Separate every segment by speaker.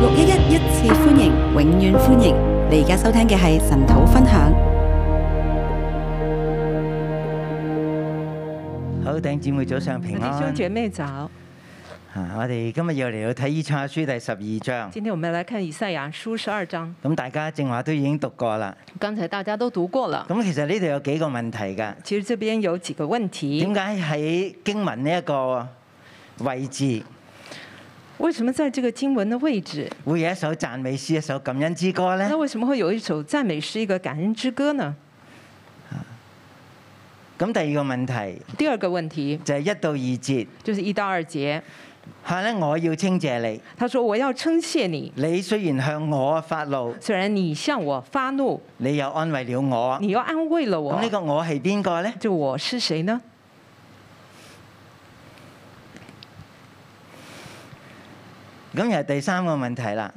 Speaker 1: 六一一一次歡迎，永遠歡迎！你而家收聽嘅係神土分享。
Speaker 2: 好，弟兄姊妹早上平
Speaker 3: 弟兄
Speaker 2: 安。
Speaker 3: 姐妹早，
Speaker 2: 啊，我哋今日又嚟到睇以賽亞書第十二章。
Speaker 3: 今天我们来看以赛亚书十二章，
Speaker 2: 咁大家正話都已經讀過啦。
Speaker 3: 刚才大家都读过了。
Speaker 2: 咁其實呢度有幾個問題㗎。
Speaker 3: 其实这边有几个问题
Speaker 2: 點，解喺經文呢一個位置
Speaker 3: 为什么在这个经文的位置，
Speaker 2: 會有一首讚美詩、一首感恩之歌呢
Speaker 3: 那？为什么会有一首赞美诗、一个感恩之歌呢？
Speaker 2: 咁第二個問題
Speaker 3: 第二个问题
Speaker 2: 就係一到二節，
Speaker 3: 就是一到二节，
Speaker 2: 下咧我要稱謝你。
Speaker 3: 他说：“我要称谢你，
Speaker 2: 你雖然向我發怒，
Speaker 3: 虽然你向我发怒，
Speaker 2: 你又安慰了我。
Speaker 3: 你又安慰了我
Speaker 2: 咁。呢個我係邊個呢？
Speaker 3: 就我是谁呢？
Speaker 2: 咁又係第三個問題啦，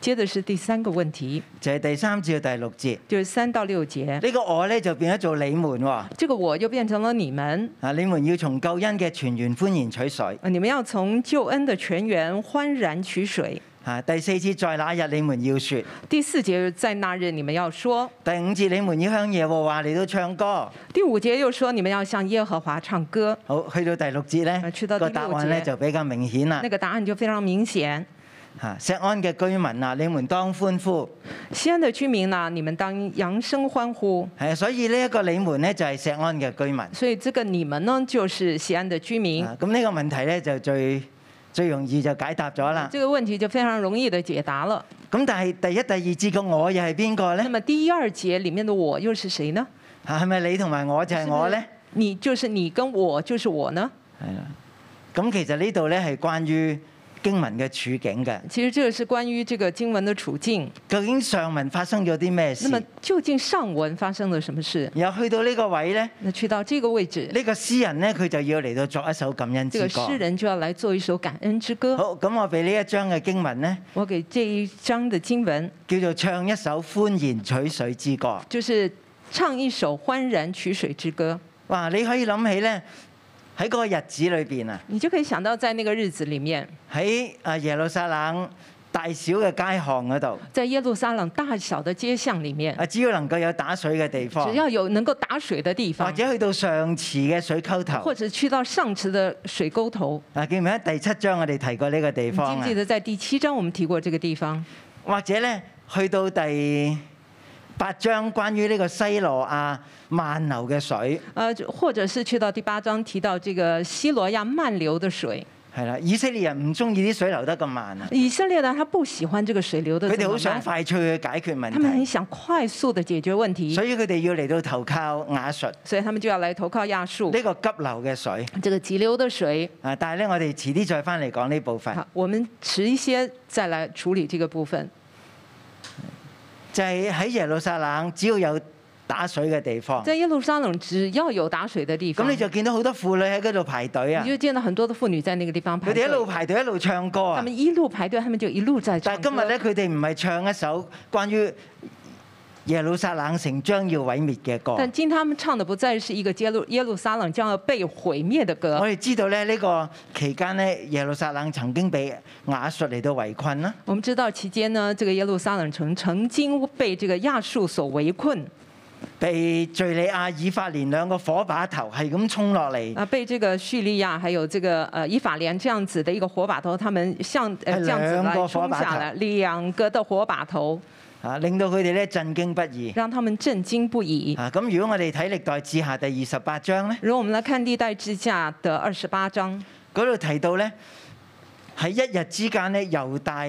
Speaker 3: 接着是第三个問題，
Speaker 2: 就係、第三至到第六節。
Speaker 3: 就是三到六節。
Speaker 2: 呢個我咧就變咗做你們喎。
Speaker 3: 這個我又變成了你們，
Speaker 2: 啊！你們要從救恩嘅泉源歡然取水。
Speaker 3: 呃你們要從救恩的泉源歡然取水。
Speaker 2: 啊！第四節在那日你們要説，
Speaker 3: 第四節在那日你們要說，
Speaker 2: 第五節你們要向耶和華嚟到唱歌。
Speaker 3: 第五節又說你們要向耶和華唱歌。
Speaker 2: 好，去到第六節
Speaker 3: 啊
Speaker 2: 呢
Speaker 3: 去到
Speaker 2: 個
Speaker 3: 第六
Speaker 2: 答
Speaker 3: 節
Speaker 2: 案呢就比較明顯啦
Speaker 3: 那。個答案就非常明顯。
Speaker 2: 嚇！錫安嘅居民啊，你們當歡呼。
Speaker 3: 西安的居民呢、你們當揚聲歡呼。
Speaker 2: 係啊，所以呢一個你們呢，就係錫安嘅居民。
Speaker 3: 所以這個你們呢，就是西安的居民。
Speaker 2: 啊咁呢個問題呢，就最最容易就解答咗啦。
Speaker 3: 這個問題就非常容易的解答了。
Speaker 2: 咁但係第一、第二節嘅我又係邊個
Speaker 3: 那
Speaker 2: 呢？
Speaker 3: 麼第一二節裡面的我又是誰呢？
Speaker 2: 嚇係咪你同埋我就係哎我呢？
Speaker 3: 你就是你跟我就是我呢？
Speaker 2: 係啦。咁其實呢度呢，係關於經文嘅處境嘅。
Speaker 3: 其實這個是關於這個經文的處境。
Speaker 2: 究竟上文發生咗啲咩事
Speaker 3: 那？麼究竟上文發生了什麼事？
Speaker 2: 然後去到呢個位呢，
Speaker 3: 那去到這個位置，
Speaker 2: 呢、個詩人呢，佢就要嚟到作一首感恩之
Speaker 3: 這個
Speaker 2: 歌。
Speaker 3: 詩人哦就要來做一首感恩之歌。
Speaker 2: 好，咁我俾呢一章嘅經文呢，
Speaker 3: 我給這一章的經文，
Speaker 2: 叫做唱一首歡然取水之歌。
Speaker 3: 就是唱一首歡然取水之歌。
Speaker 2: 哇！你可以諗起呢，喺嗰個日子裏邊啊，
Speaker 3: 你就可以想到，在那個日子裡面，
Speaker 2: 喺啊耶路撒冷大小嘅街巷嗰度，
Speaker 3: 在耶路撒冷大小的街巷裡面，
Speaker 2: 啊只要能夠有打水嘅地方
Speaker 3: 只，要有能夠打水的地
Speaker 2: 或
Speaker 3: 方，
Speaker 2: 者去到上池嘅水溝頭
Speaker 3: 或。者去到上池的水溝頭。
Speaker 2: 啊，記唔記得第七章我哋提過呢個地
Speaker 3: 你記
Speaker 2: 方
Speaker 3: 不
Speaker 2: 啊
Speaker 3: 記？得在第七章我們提過這個地方？
Speaker 2: 或者咧，去到第八章關於呢個西羅亞漫流嘅水，
Speaker 3: 呃，就或者是去到第八章提到這個西羅亞漫流的水，
Speaker 2: 係啦，以色列人唔中意啲水流得咁慢啊，
Speaker 3: 以色列呢，他不喜歡這個水流
Speaker 2: 佢
Speaker 3: 的這
Speaker 2: 哋
Speaker 3: 麼
Speaker 2: 好想
Speaker 3: 慢，
Speaker 2: 快速去解決問
Speaker 3: 他們很
Speaker 2: 題，
Speaker 3: 想快速的解決問題，
Speaker 2: 所以佢哋要嚟到投靠
Speaker 3: 嗯
Speaker 2: 亞述
Speaker 3: 所以他們就要來投靠亞述
Speaker 2: 呢個急流嘅水
Speaker 3: 這個急流的水。
Speaker 2: 啊！但係咧，我哋遲啲再翻嚟講呢部分，
Speaker 3: 好，我們遲一些再來處理這個部分。
Speaker 2: 就係喺耶路撒冷，只要有打水嘅地方，
Speaker 3: 在耶路撒冷，只要有打水的地方，
Speaker 2: 咁你就見到好多婦女喺嗰度排隊啊
Speaker 3: 你，就見到很多的婦女在那個地方
Speaker 2: 佢
Speaker 3: 排
Speaker 2: 哋
Speaker 3: 隊
Speaker 2: 一，路排隊一路唱歌
Speaker 3: 他
Speaker 2: 啊！
Speaker 3: 們一路排隊，他們就一路在唱
Speaker 2: 但係
Speaker 3: 歌。
Speaker 2: 今日咧，佢哋唔係唱一首關於耶路撒冷城將要毀滅嘅歌。
Speaker 3: 但今天他們唱的不再是一個耶路耶路撒冷將要被毀滅的歌
Speaker 2: 我，哋知道咧，呢個期間咧，耶路撒冷曾經被亞述嚟到圍困啦。
Speaker 3: 我们知道期间呢，这个耶路撒冷城曾经被这个亚述所围困，
Speaker 2: 被敍利亞、以法連兩個火把頭係咁衝落嚟，
Speaker 3: 啊，被这个叙利亚还有这个呃以法莲这样子的一个火把头，他们像呃
Speaker 2: 哎
Speaker 3: 这样子
Speaker 2: 两
Speaker 3: 来
Speaker 2: 个火
Speaker 3: 冲
Speaker 2: 把头
Speaker 3: 下来，两个的火把头，
Speaker 2: 啊，令到佢哋咧震驚不已。
Speaker 3: 让他们震惊不已。
Speaker 2: 啊，咁如果我哋睇歷代志下第二十八章咧，
Speaker 3: 如果我们来看历代之下的二十八章，
Speaker 2: 嗰度提到咧，喺一日之間咧，猶大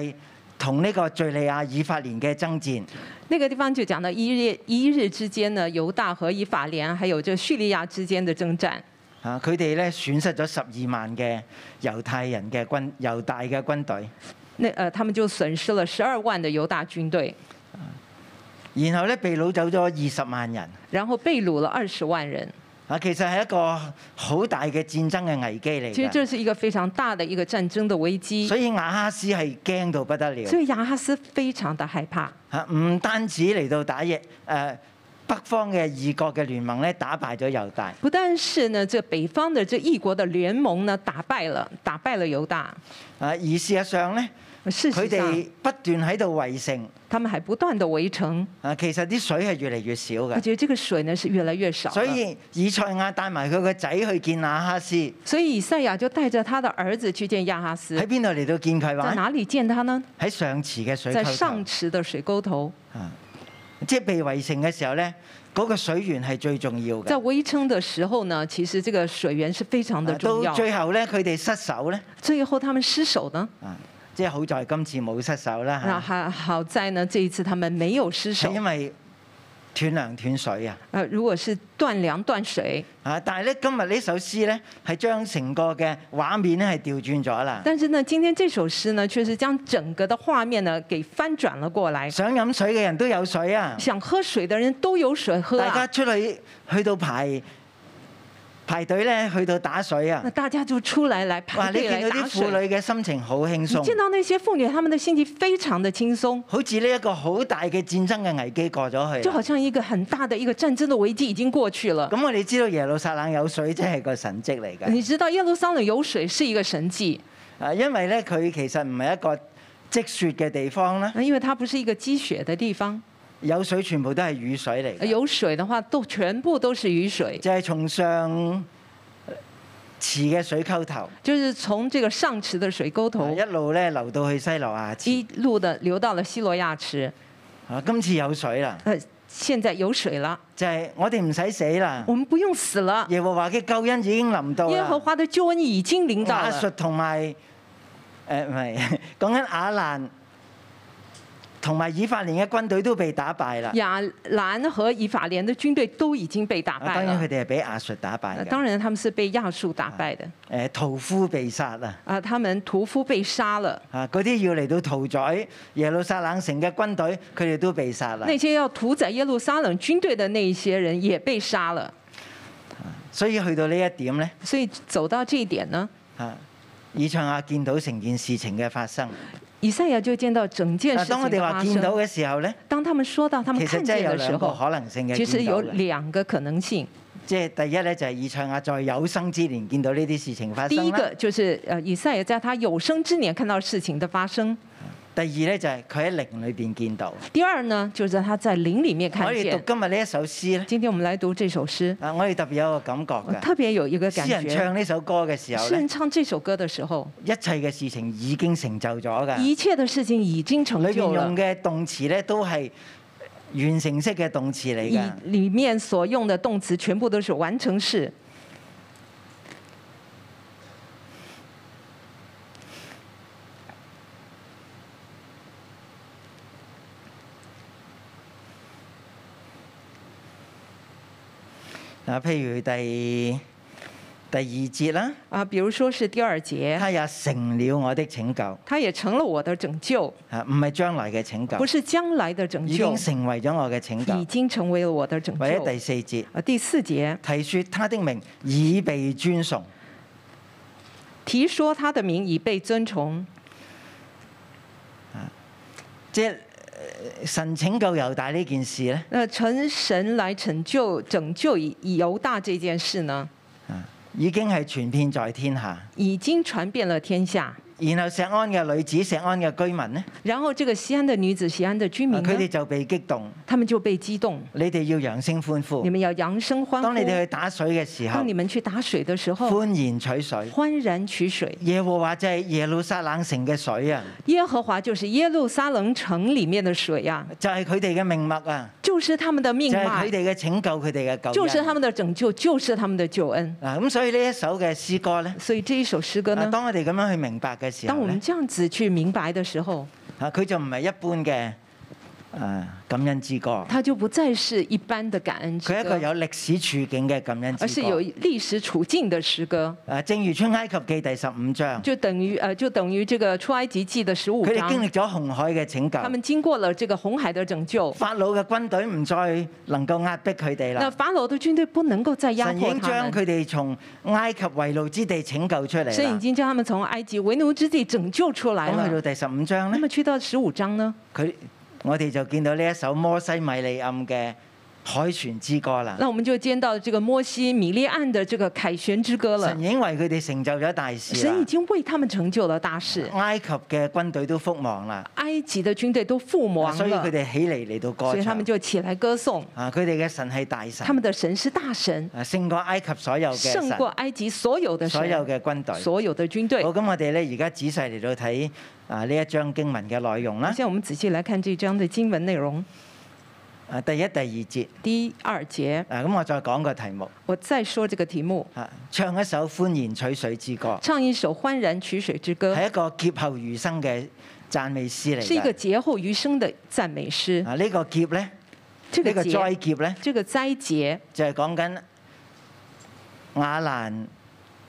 Speaker 2: 同呢個敍利亞、以法連嘅爭戰。
Speaker 3: 那个地方就讲到一日一日之间呢，犹大和以法莲还有这叙利亚之间的征战。
Speaker 2: 啊！佢哋咧損失咗十二萬嘅猶太人嘅軍猶大嘅軍隊，
Speaker 3: 那呃，他们就损失了十二万的犹大军隊，
Speaker 2: 然後咧被擄走咗二十萬人。
Speaker 3: 然後被掳了二十萬人。
Speaker 2: 啊，其實係一個好大嘅戰爭嘅危機嚟
Speaker 3: 其實
Speaker 2: 㗎。
Speaker 3: 這是一個非常大的一個戰爭的危機，
Speaker 2: 所以亞哈斯係驚到不得了
Speaker 3: 所。以亞哈斯非常的害怕。
Speaker 2: 嚇，唔單止嚟到打耶誒、呃北方嘅異國嘅聯盟咧，打敗咗猶大，
Speaker 3: 不但是呢，這北方的這異國的聯盟呢打敗了，打敗了猶大，
Speaker 2: 啊，而事實上咧，
Speaker 3: 事
Speaker 2: 佢
Speaker 3: 實上，
Speaker 2: 哋不斷喺度圍城
Speaker 3: 他們還不斷的围城，
Speaker 2: 啊，其實啲水係越嚟越少
Speaker 3: 而
Speaker 2: 嘅，
Speaker 3: 且這個水呢是越來越少了。
Speaker 2: 所以以賽亞帶埋佢個仔去見亞哈斯，喺
Speaker 3: 所以以賽亞就帶着他的兒子去見亞哈斯，
Speaker 2: 邊度嚟到見佢
Speaker 3: 在
Speaker 2: 話？
Speaker 3: 哪裡見他呢？
Speaker 2: 喺上池嘅水
Speaker 3: 在
Speaker 2: 溝
Speaker 3: 上
Speaker 2: 頭，
Speaker 3: 池的水溝頭，
Speaker 2: 即係被圍城嘅時候呢，嗰、個水源係最重要
Speaker 3: 在
Speaker 2: 嘅。
Speaker 3: 微撑的時候呢，其實這個水源是非常的
Speaker 2: 啊
Speaker 3: 重
Speaker 2: 到
Speaker 3: 要。
Speaker 2: 最後呢，佢哋失手呢，
Speaker 3: 最後他們失手呢，
Speaker 2: 啊，即係好在今次冇失手啦
Speaker 3: 那
Speaker 2: 嚇
Speaker 3: 還好在呢，這一次他們沒有啊失
Speaker 2: 係
Speaker 3: 手。
Speaker 2: 因為斷糧斷水啊。
Speaker 3: 呃，如果是斷糧斷水，
Speaker 2: 啊！但係咧，今日呢首詩咧，係將成個嘅畫面咧係調轉咗啦。
Speaker 3: 但是呢，今天這首詩呢，卻是將整個的畫面呢給翻轉了過來。
Speaker 2: 想飲水嘅人都有水啊！
Speaker 3: 想喝水的人都有水喝
Speaker 2: 大家
Speaker 3: 啊，
Speaker 2: 出去去到排排隊咧，去到打水啊
Speaker 3: 那！大家就出來來
Speaker 2: 哇！
Speaker 3: 排
Speaker 2: 你
Speaker 3: 隊
Speaker 2: 見
Speaker 3: 來
Speaker 2: 到
Speaker 3: 打
Speaker 2: 啲
Speaker 3: 水。
Speaker 2: 婦女嘅心情好輕
Speaker 3: 你見
Speaker 2: 鬆，
Speaker 3: 到那些婦女，她們的心情非常的輕鬆，
Speaker 2: 好似呢一個好大嘅戰爭嘅危機過咗去
Speaker 3: 就
Speaker 2: 啊。
Speaker 3: 好像一個很大的一個戰爭的危機已經過去了。
Speaker 2: 咁我哋知道耶路撒冷有水，即係個神跡嚟
Speaker 3: 你
Speaker 2: 㗎。
Speaker 3: 知道耶路撒冷有水是一個神迹，
Speaker 2: 啊，因為咧佢其實唔係一個積雪嘅地方啦，
Speaker 3: 呃那因為它不是一個積雪的地方，呃
Speaker 2: 有水全部都係雨水嚟㗎。
Speaker 3: 有水的話都全部都是雨水，
Speaker 2: 就係從上池嘅水溝頭，
Speaker 3: 就是從這個上池的水溝頭
Speaker 2: 一路咧流到去西羅亞
Speaker 3: 一
Speaker 2: 池。
Speaker 3: 路的流到了西羅亞池。
Speaker 2: 啊，今次有水啦，
Speaker 3: 呃，現在有水了，
Speaker 2: 就係、我哋唔使死啦。
Speaker 3: 我們不用死了，
Speaker 2: 耶和華嘅救恩已經臨到
Speaker 3: 耶和
Speaker 2: 啦。
Speaker 3: 華的救恩已經臨到
Speaker 2: 亞述
Speaker 3: 了。
Speaker 2: 同埋誒唔係 講緊亞蘭同埋以法蓮嘅軍隊都被打敗啦。
Speaker 3: 亞蘭和以法蓮的軍隊都已經被打
Speaker 2: 啊
Speaker 3: 敗
Speaker 2: 當然佢
Speaker 3: 了。
Speaker 2: 哋係俾亞述打敗
Speaker 3: 呃
Speaker 2: 嘅。
Speaker 3: 當然，他們是被亞述打敗的。
Speaker 2: 誒屠夫被殺啊！
Speaker 3: 啊，他們屠夫被殺了，
Speaker 2: 啊，嗰啲要嚟到屠宰耶路撒冷城嘅軍隊，佢哋都被殺啦。
Speaker 3: 那些要屠宰耶路撒冷軍隊的那一些人也被殺了。
Speaker 2: 所以去到呢一點呢。
Speaker 3: 所以走到這一點呢，
Speaker 2: 啊！以賽亞見到成件事情嘅發生。
Speaker 3: 以賽亞就見到整件
Speaker 2: 嗱，
Speaker 3: 事情
Speaker 2: 當呃我
Speaker 3: 的
Speaker 2: 哋話
Speaker 3: 發
Speaker 2: 見到
Speaker 3: 生。
Speaker 2: 嘅時候咧，
Speaker 3: 當他們說到他們
Speaker 2: 其實
Speaker 3: 看
Speaker 2: 真係
Speaker 3: 見
Speaker 2: 有
Speaker 3: 的時
Speaker 2: 兩個
Speaker 3: 候，
Speaker 2: 可能性嘅
Speaker 3: 其實
Speaker 2: 見
Speaker 3: 有
Speaker 2: 到嘅。
Speaker 3: 兩個可能性。
Speaker 2: 即係第一咧，就係以賽亞在有生之年見到呢啲事情發
Speaker 3: 第
Speaker 2: 生
Speaker 3: 一
Speaker 2: 啦。
Speaker 3: 個就是呃，以賽亞在他有生之年看到事情的發生；
Speaker 2: 第二咧就係佢喺靈裏邊見到。
Speaker 3: 第二呢，就是他在靈裡面
Speaker 2: 我
Speaker 3: 看
Speaker 2: 哋讀
Speaker 3: 見。
Speaker 2: 今日呢一首詩咧，
Speaker 3: 今天我們來讀這首詩，
Speaker 2: 啊，我哋特別有一個感覺
Speaker 3: 我
Speaker 2: 嘅。
Speaker 3: 特別有一個感
Speaker 2: 詩人
Speaker 3: 覺。
Speaker 2: 唱呢首歌嘅時候
Speaker 3: 詩
Speaker 2: 咧
Speaker 3: 人，唱這首歌的時候，
Speaker 2: 一切嘅事情已經成就咗㗎。
Speaker 3: 一切的事情已經
Speaker 2: 裏
Speaker 3: 成
Speaker 2: 邊
Speaker 3: 就了
Speaker 2: 用。嘅動詞咧都係完成式嘅動詞嚟
Speaker 3: 以
Speaker 2: 㗎。
Speaker 3: 裡面所用的動詞全部都是完成式，
Speaker 2: 嗱，啊譬如第第二節啦。
Speaker 3: 啊，比如說是第二節，
Speaker 2: 他也成了我的拯救，
Speaker 3: 他也成了我的拯救，
Speaker 2: 啊，唔係將來嘅拯救
Speaker 3: 不，是將來的拯
Speaker 2: 已
Speaker 3: 救
Speaker 2: 經，成為咗我嘅拯
Speaker 3: 已
Speaker 2: 救。
Speaker 3: 經成為了我的拯
Speaker 2: 或者
Speaker 3: 救。
Speaker 2: 第四節，
Speaker 3: 啊，第四節
Speaker 2: 提說他的名已被尊崇，
Speaker 3: 提說他的名已被尊崇，
Speaker 2: 即係呃神拯救猶大呢件事咧，
Speaker 3: 那成神來拯救拯救以以猶大這件事呢，
Speaker 2: 啊已經係傳遍在天下。
Speaker 3: 已經傳遍了天下。
Speaker 2: 然後錫安嘅女子、錫安嘅居民呢，
Speaker 3: 然後這個西安的女子、西安的居
Speaker 2: 啊
Speaker 3: 民
Speaker 2: 佢哋
Speaker 3: 呢，
Speaker 2: 就被激動，
Speaker 3: 他們就被激動，
Speaker 2: 你哋要揚聲歡
Speaker 3: 你
Speaker 2: 呼。
Speaker 3: 們要揚聲歡
Speaker 2: 哦當你哋
Speaker 3: 呼。
Speaker 2: 去打水嘅時候
Speaker 3: 當你，們去打水的時候，
Speaker 2: 歡然取水。
Speaker 3: 歡然取水。
Speaker 2: 耶和華就係耶路撒冷城嘅水啊，
Speaker 3: 耶和華就是耶路撒冷城裡面的水啊呀、
Speaker 2: 就係佢哋嘅命脈啊，
Speaker 3: 就是他們的
Speaker 2: 就
Speaker 3: 命
Speaker 2: 係佢
Speaker 3: 脈，
Speaker 2: 哋嘅拯救，佢哋嘅救恩。
Speaker 3: 就是他們的拯救，就是他們的救恩。
Speaker 2: 嗱，咁所以呢一首嘅詩歌咧，
Speaker 3: 所以這一首詩歌
Speaker 2: 啊
Speaker 3: 呢，
Speaker 2: 當我哋咁樣去明白嘅時
Speaker 3: 當
Speaker 2: 候
Speaker 3: 我
Speaker 2: 咧
Speaker 3: 們，這樣子去明白的時候，
Speaker 2: 啊，佢就唔係一般嘅誒感恩之歌，
Speaker 3: 它就不再是一般的感恩之
Speaker 2: 佢係一個
Speaker 3: 歌，
Speaker 2: 有歷史處境嘅感恩
Speaker 3: 而
Speaker 2: 之
Speaker 3: 是有
Speaker 2: 歌。
Speaker 3: 歷史處境的詩歌，
Speaker 2: 誒，正如出埃及記第十五章，
Speaker 3: 就等於呃，就等於這個出埃及記的十五
Speaker 2: 佢哋經
Speaker 3: 章，
Speaker 2: 歷咗紅海嘅拯
Speaker 3: 他
Speaker 2: 救，
Speaker 3: 們經過了這個紅海的拯救，
Speaker 2: 法老嘅軍隊唔再能夠壓迫佢哋
Speaker 3: 那
Speaker 2: 啦，
Speaker 3: 法老的軍隊不能夠再壓
Speaker 2: 啊神已
Speaker 3: 迫
Speaker 2: 經
Speaker 3: 他
Speaker 2: 將
Speaker 3: 們。
Speaker 2: 佢哋從埃及為奴之地拯救出嚟
Speaker 3: 神已
Speaker 2: 啦。
Speaker 3: 經將他們從埃及為奴之地拯救出來
Speaker 2: 咁去到
Speaker 3: 了。
Speaker 2: 第十五章
Speaker 3: 那
Speaker 2: 咧，
Speaker 3: 麼去到十五章呢，
Speaker 2: 佢我哋就見到呢一首摩西米利暗嘅海船之歌啦。
Speaker 3: 那我们就见到这个摩西米利暗的这个凯旋之歌了
Speaker 2: 神。已經為佢哋成就咗大事
Speaker 3: 神已
Speaker 2: 啦。
Speaker 3: 经为他们成就了大事，
Speaker 2: 埃及嘅軍隊都覆亡啦，
Speaker 3: 埃及的军队都覆亡
Speaker 2: 所以佢
Speaker 3: 了，
Speaker 2: 哋起嚟嚟到歌
Speaker 3: 所以他
Speaker 2: 唱
Speaker 3: 们。就起来歌颂，
Speaker 2: 啊，佢哋嘅神係大神
Speaker 3: 他，们的神是大神，
Speaker 2: 啊勝過埃及所有嘅
Speaker 3: 胜过
Speaker 2: 神，
Speaker 3: 埃及所有的
Speaker 2: 所有
Speaker 3: 神，
Speaker 2: 嘅軍隊。
Speaker 3: 所有的军队
Speaker 2: 好，。咁我哋咧而家仔細嚟到睇啊呢一章經文嘅內容啦
Speaker 3: 现。在我们仔细来看这章的经文内容，
Speaker 2: 啊，第一、第二節。
Speaker 3: 第二节，
Speaker 2: 啊，咁我再講個題目。
Speaker 3: 我再说这个题目，
Speaker 2: 啊，唱一首歡然取水之歌，
Speaker 3: 唱一首欢然取水之歌，
Speaker 2: 係一個劫後餘生嘅讚美詩嚟
Speaker 3: 是一个
Speaker 2: 嘅。
Speaker 3: 劫后余生的赞美诗。
Speaker 2: 啊，呢個劫咧，
Speaker 3: 这
Speaker 2: 呢
Speaker 3: 个
Speaker 2: 個災
Speaker 3: 劫，
Speaker 2: 劫咧，
Speaker 3: 这个灾劫，
Speaker 2: 就係講緊亞蘭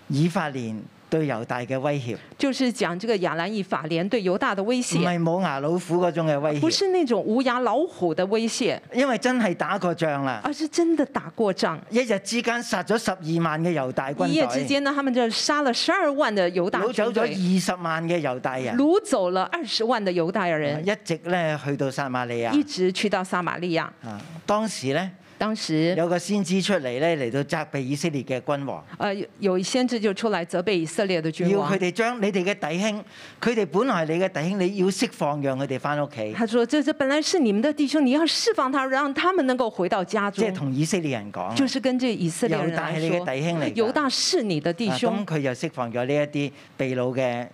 Speaker 2: 以法蓮對猶大嘅威脅，
Speaker 3: 就是讲这个亚兰以法莲对犹大的威
Speaker 2: 唔
Speaker 3: 胁，
Speaker 2: 係冇牙老虎嗰種嘅威
Speaker 3: 啊不
Speaker 2: 脅，
Speaker 3: 是那种无牙老虎的威胁，
Speaker 2: 因為真係打過仗啦，
Speaker 3: 而是真的打过仗。
Speaker 2: 一日之間殺咗十二萬嘅猶大軍
Speaker 3: 一夜之
Speaker 2: 隊，
Speaker 3: 间呢，他们就杀了十二万的犹大
Speaker 2: 攞走
Speaker 3: 军
Speaker 2: 咗
Speaker 3: 队，
Speaker 2: 二十萬嘅猶大人，
Speaker 3: 掳走了二十万的犹大人，
Speaker 2: 一直咧去到撒瑪利
Speaker 3: 一
Speaker 2: 亞。
Speaker 3: 直去到撒玛利亚。
Speaker 2: 啊，當時咧
Speaker 3: 当时，
Speaker 2: 有個先知出嚟咧嚟到責備以色列嘅君王。
Speaker 3: 呃，有有先知就出来责备以色列的君
Speaker 2: 要
Speaker 3: 王
Speaker 2: 佢，哋將你哋嘅弟兄，佢哋本來係你嘅弟兄，你要釋放，讓佢哋翻屋企，
Speaker 3: 他说：“这这本来是你们的弟兄，你要释放他，让他们能够回到家
Speaker 2: 即係
Speaker 3: 中。
Speaker 2: 同以色列人講”。
Speaker 3: 就是跟这以色列人
Speaker 2: 犹大
Speaker 3: 来
Speaker 2: 是你嘅弟兄
Speaker 3: 说
Speaker 2: 嚟，㗎
Speaker 3: 犹大是你的弟
Speaker 2: 啊
Speaker 3: 兄
Speaker 2: 咁佢就釋放咗呢一啲被掳嘅